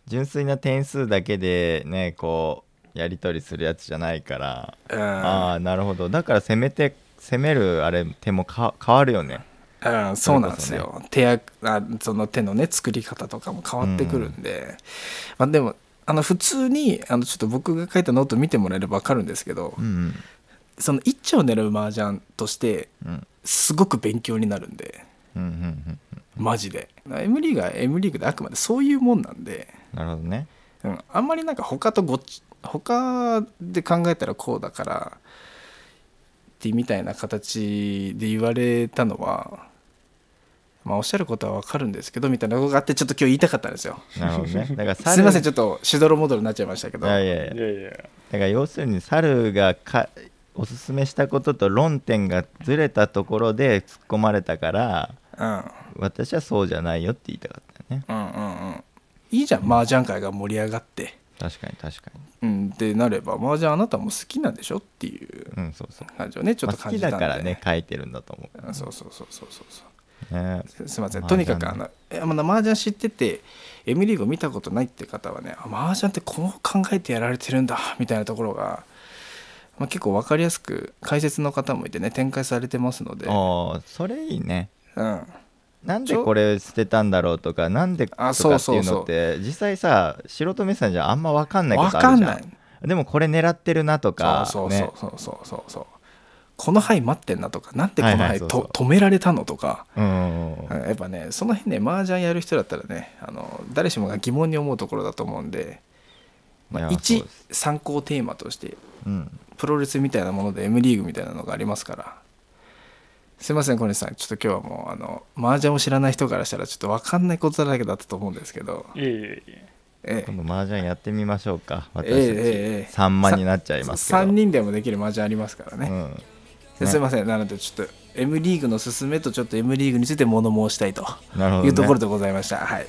Speaker 2: 純粋な点数だけでねこうやり取りするやつじゃないから、
Speaker 4: うん
Speaker 2: ああなるほどだから攻めて攻めるあれ手もか変わるよね
Speaker 4: うん、そうなんですよ、手やあその手のね作り方とかも変わってくるんで、まあ、でもあの普通にあのちょっと僕が書いたノート見てもらえれば分かるんですけど、
Speaker 2: うん
Speaker 4: その一丁を狙う麻雀として
Speaker 2: うんうん
Speaker 4: すごく勉強になるんで
Speaker 2: うんうんうんうん
Speaker 4: マジで M リーグは M リーグであくまでそういうもんなんで、
Speaker 2: なるほどね
Speaker 4: うん、あんまりなんか他とごっち他で考えたらこうだからってみたいな形で言われたのはまあおっしゃることはわかるんですけどみたいなことがあってちょっと今日言いたかったんですよ
Speaker 2: なるほど ねだから猿
Speaker 4: すいませんちょ
Speaker 2: っ
Speaker 4: っとしどろもどろになっちゃいましたけど
Speaker 2: やいやいや
Speaker 3: いやいや
Speaker 2: だから要するに猿がかおすすめしたことと論点がずれたところで突っ込まれたから
Speaker 4: うん
Speaker 2: 私はそうじゃないよって言いたかったね
Speaker 4: うんうんうんいいじゃん麻雀界が盛り上がって
Speaker 2: 確かに確かに
Speaker 4: うん、ってなれば麻雀あなたも好きなんでしょっていう
Speaker 2: うんそうそう
Speaker 4: 感じをねちょっと
Speaker 2: まあ
Speaker 4: 感
Speaker 2: 好き
Speaker 4: じたん
Speaker 2: だ
Speaker 4: で、
Speaker 2: からね書いてるんだと思う
Speaker 4: あそうそうそうそうそうそ
Speaker 2: ね
Speaker 4: うすいません
Speaker 2: 麻雀ね
Speaker 4: とにかくあのえまだ麻雀知ってて M リーグを見たことないって方はねあ麻雀ってこう考えてやられてるんだみたいなところが、まあ、結構分かりやすく解説の方もいてね展開されてますので、うん、
Speaker 2: ああそれいいね
Speaker 4: あ
Speaker 2: なんでこれ捨てたんだろうとかなんでとか
Speaker 4: あ
Speaker 2: って
Speaker 4: そうそ
Speaker 2: いうう
Speaker 4: そう
Speaker 2: のって実際さ素人目線じゃあんま分かんないこと
Speaker 4: 分
Speaker 2: あ
Speaker 4: か
Speaker 2: る
Speaker 4: ん
Speaker 2: じゃん
Speaker 4: ない
Speaker 2: でもこれ狙ってるなとか
Speaker 4: そう
Speaker 2: ね
Speaker 4: そうそうそうそうそう、この牌待ってんなとかなんでこの
Speaker 2: はいは
Speaker 4: 牌
Speaker 2: い
Speaker 4: と、
Speaker 2: そうそう
Speaker 4: 止められたのとか
Speaker 2: うんうんうん
Speaker 4: うんやっぱねその辺ね麻雀やる人だったらねあの誰しもが疑問に思うところだと思うんで、まあ、
Speaker 2: いやそう
Speaker 4: 1
Speaker 2: です
Speaker 4: 参考テーマとして
Speaker 2: うん
Speaker 4: プロレスみたいなもので M リーグみたいなのがありますからすいません小西さんちょっと今日はもうあの麻雀を知らない人からしたらちょっと分かんないことだらけだったと思うんですけど
Speaker 3: いやいやいや
Speaker 4: ええ
Speaker 2: 今度麻雀やってみましょうか私
Speaker 4: ええええええ
Speaker 2: たち散漫になっちゃいますけど
Speaker 4: 3人でもできる麻雀ありますからね、
Speaker 2: うん
Speaker 4: で
Speaker 2: ね
Speaker 4: すいませんなのでちょっと M リーグの勧めとちょっと M リーグについて物申したいと
Speaker 2: なるほどね
Speaker 4: いうところでございました、はい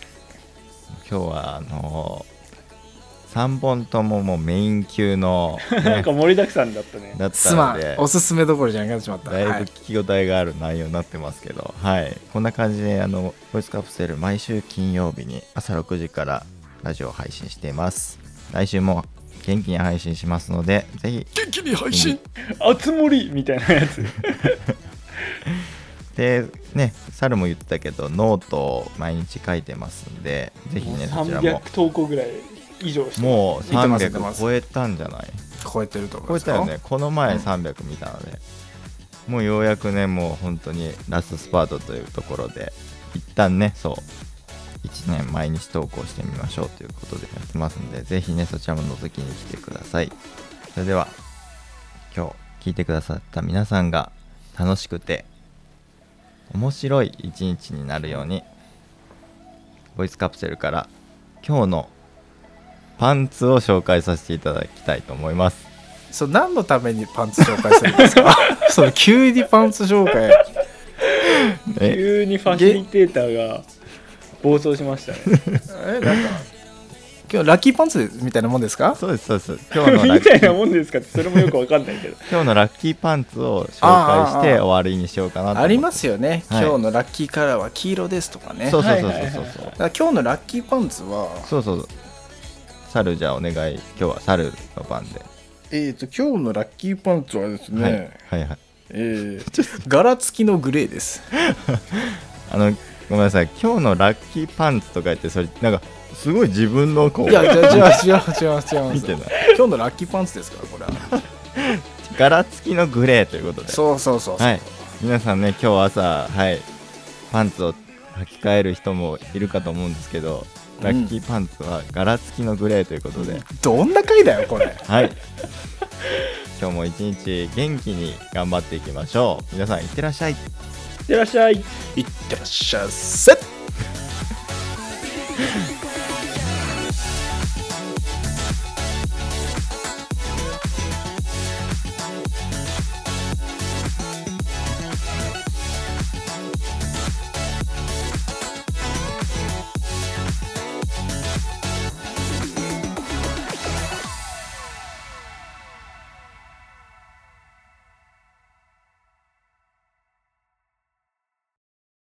Speaker 2: 今日はあの3本とももうメイン級 の、
Speaker 3: なん
Speaker 2: ね、
Speaker 3: か盛りだくさんだったね
Speaker 2: だっ
Speaker 4: す
Speaker 2: た
Speaker 4: ま
Speaker 2: の
Speaker 4: ん
Speaker 2: で
Speaker 4: おすすめどころじゃなくなってしまった
Speaker 2: だいぶ
Speaker 4: はい
Speaker 2: 聞き応えがある内容になってますけど、はい、こんな感じであのボイスカプセル毎週金曜日に朝6時からラジオを配信しています来週も元気に配信しますのでぜひ
Speaker 4: 元気に配
Speaker 2: 信
Speaker 3: あつ森みたいなやつ
Speaker 2: でね猿も言ってたけどノートを毎日書いてますんでぜひねそちらも
Speaker 3: 300投稿ぐらい以上して
Speaker 2: もう
Speaker 4: 見てます見てま
Speaker 2: 300
Speaker 4: す
Speaker 2: 超えたんじゃない
Speaker 4: 超えてると思
Speaker 2: 超え
Speaker 4: います
Speaker 2: たよねこの前300見たので、もうようやくねもう本当にラストスパートというところで一旦ねそう1年毎日投稿してみましょうということでやってますんでぜひねそちらも覗きに来てくださいそれでは今日聞いてくださった皆さんが楽しくて面白い一日になるようにボイスカプセルから今日のパンツを紹介させていただきたいと思います
Speaker 4: そう何のためにパンツ紹介するんですか その急にパンツ紹介
Speaker 2: え
Speaker 3: 急にファシリテーターが暴走しました ね
Speaker 4: えなんか今日ラッキーパンツみたいなもんですか
Speaker 2: そうですそうです今日のラッ
Speaker 3: み
Speaker 2: キ
Speaker 3: たいな
Speaker 2: ー
Speaker 3: もんですかってそれもよくわかんないけど
Speaker 2: 今日のラッキーパンツを紹介して終わりにしようかなと思って
Speaker 4: ありますよね、
Speaker 2: はい
Speaker 4: 今日のラッキーカラーは黄色ですとかね
Speaker 2: そう
Speaker 4: だか
Speaker 2: そうそう
Speaker 3: はいはい
Speaker 2: そう
Speaker 3: はい
Speaker 2: そう
Speaker 4: ら今日のラッキーパンツは
Speaker 2: そうそう猿じゃあお願い今日は猿の番で、
Speaker 4: えっ、と今日のラッキーパンツはですね、
Speaker 2: はいはいはい
Speaker 4: えー柄付きのグレーです
Speaker 2: あのごめんなさい今日のラッキーパンツとか言ってそれなんかすごい自分のこう
Speaker 4: いや違う違う違う違う違う
Speaker 2: 見てない
Speaker 4: 今日のラッキーパンツですからこれは
Speaker 2: 柄付きのグレーということで
Speaker 4: そうそうそうそう、
Speaker 2: はい皆さんね今日朝はいパンツを履き替える人もいるかと思うんですけど、
Speaker 4: ん
Speaker 2: ラッキーパンツは柄付きのグレーということで、
Speaker 4: どんな回だよこれ
Speaker 2: はい今日も一日元気に頑張っていきましょう皆さんいってらっしゃい
Speaker 3: いってらっしゃい
Speaker 4: いってらっしゃいせっ
Speaker 5: Go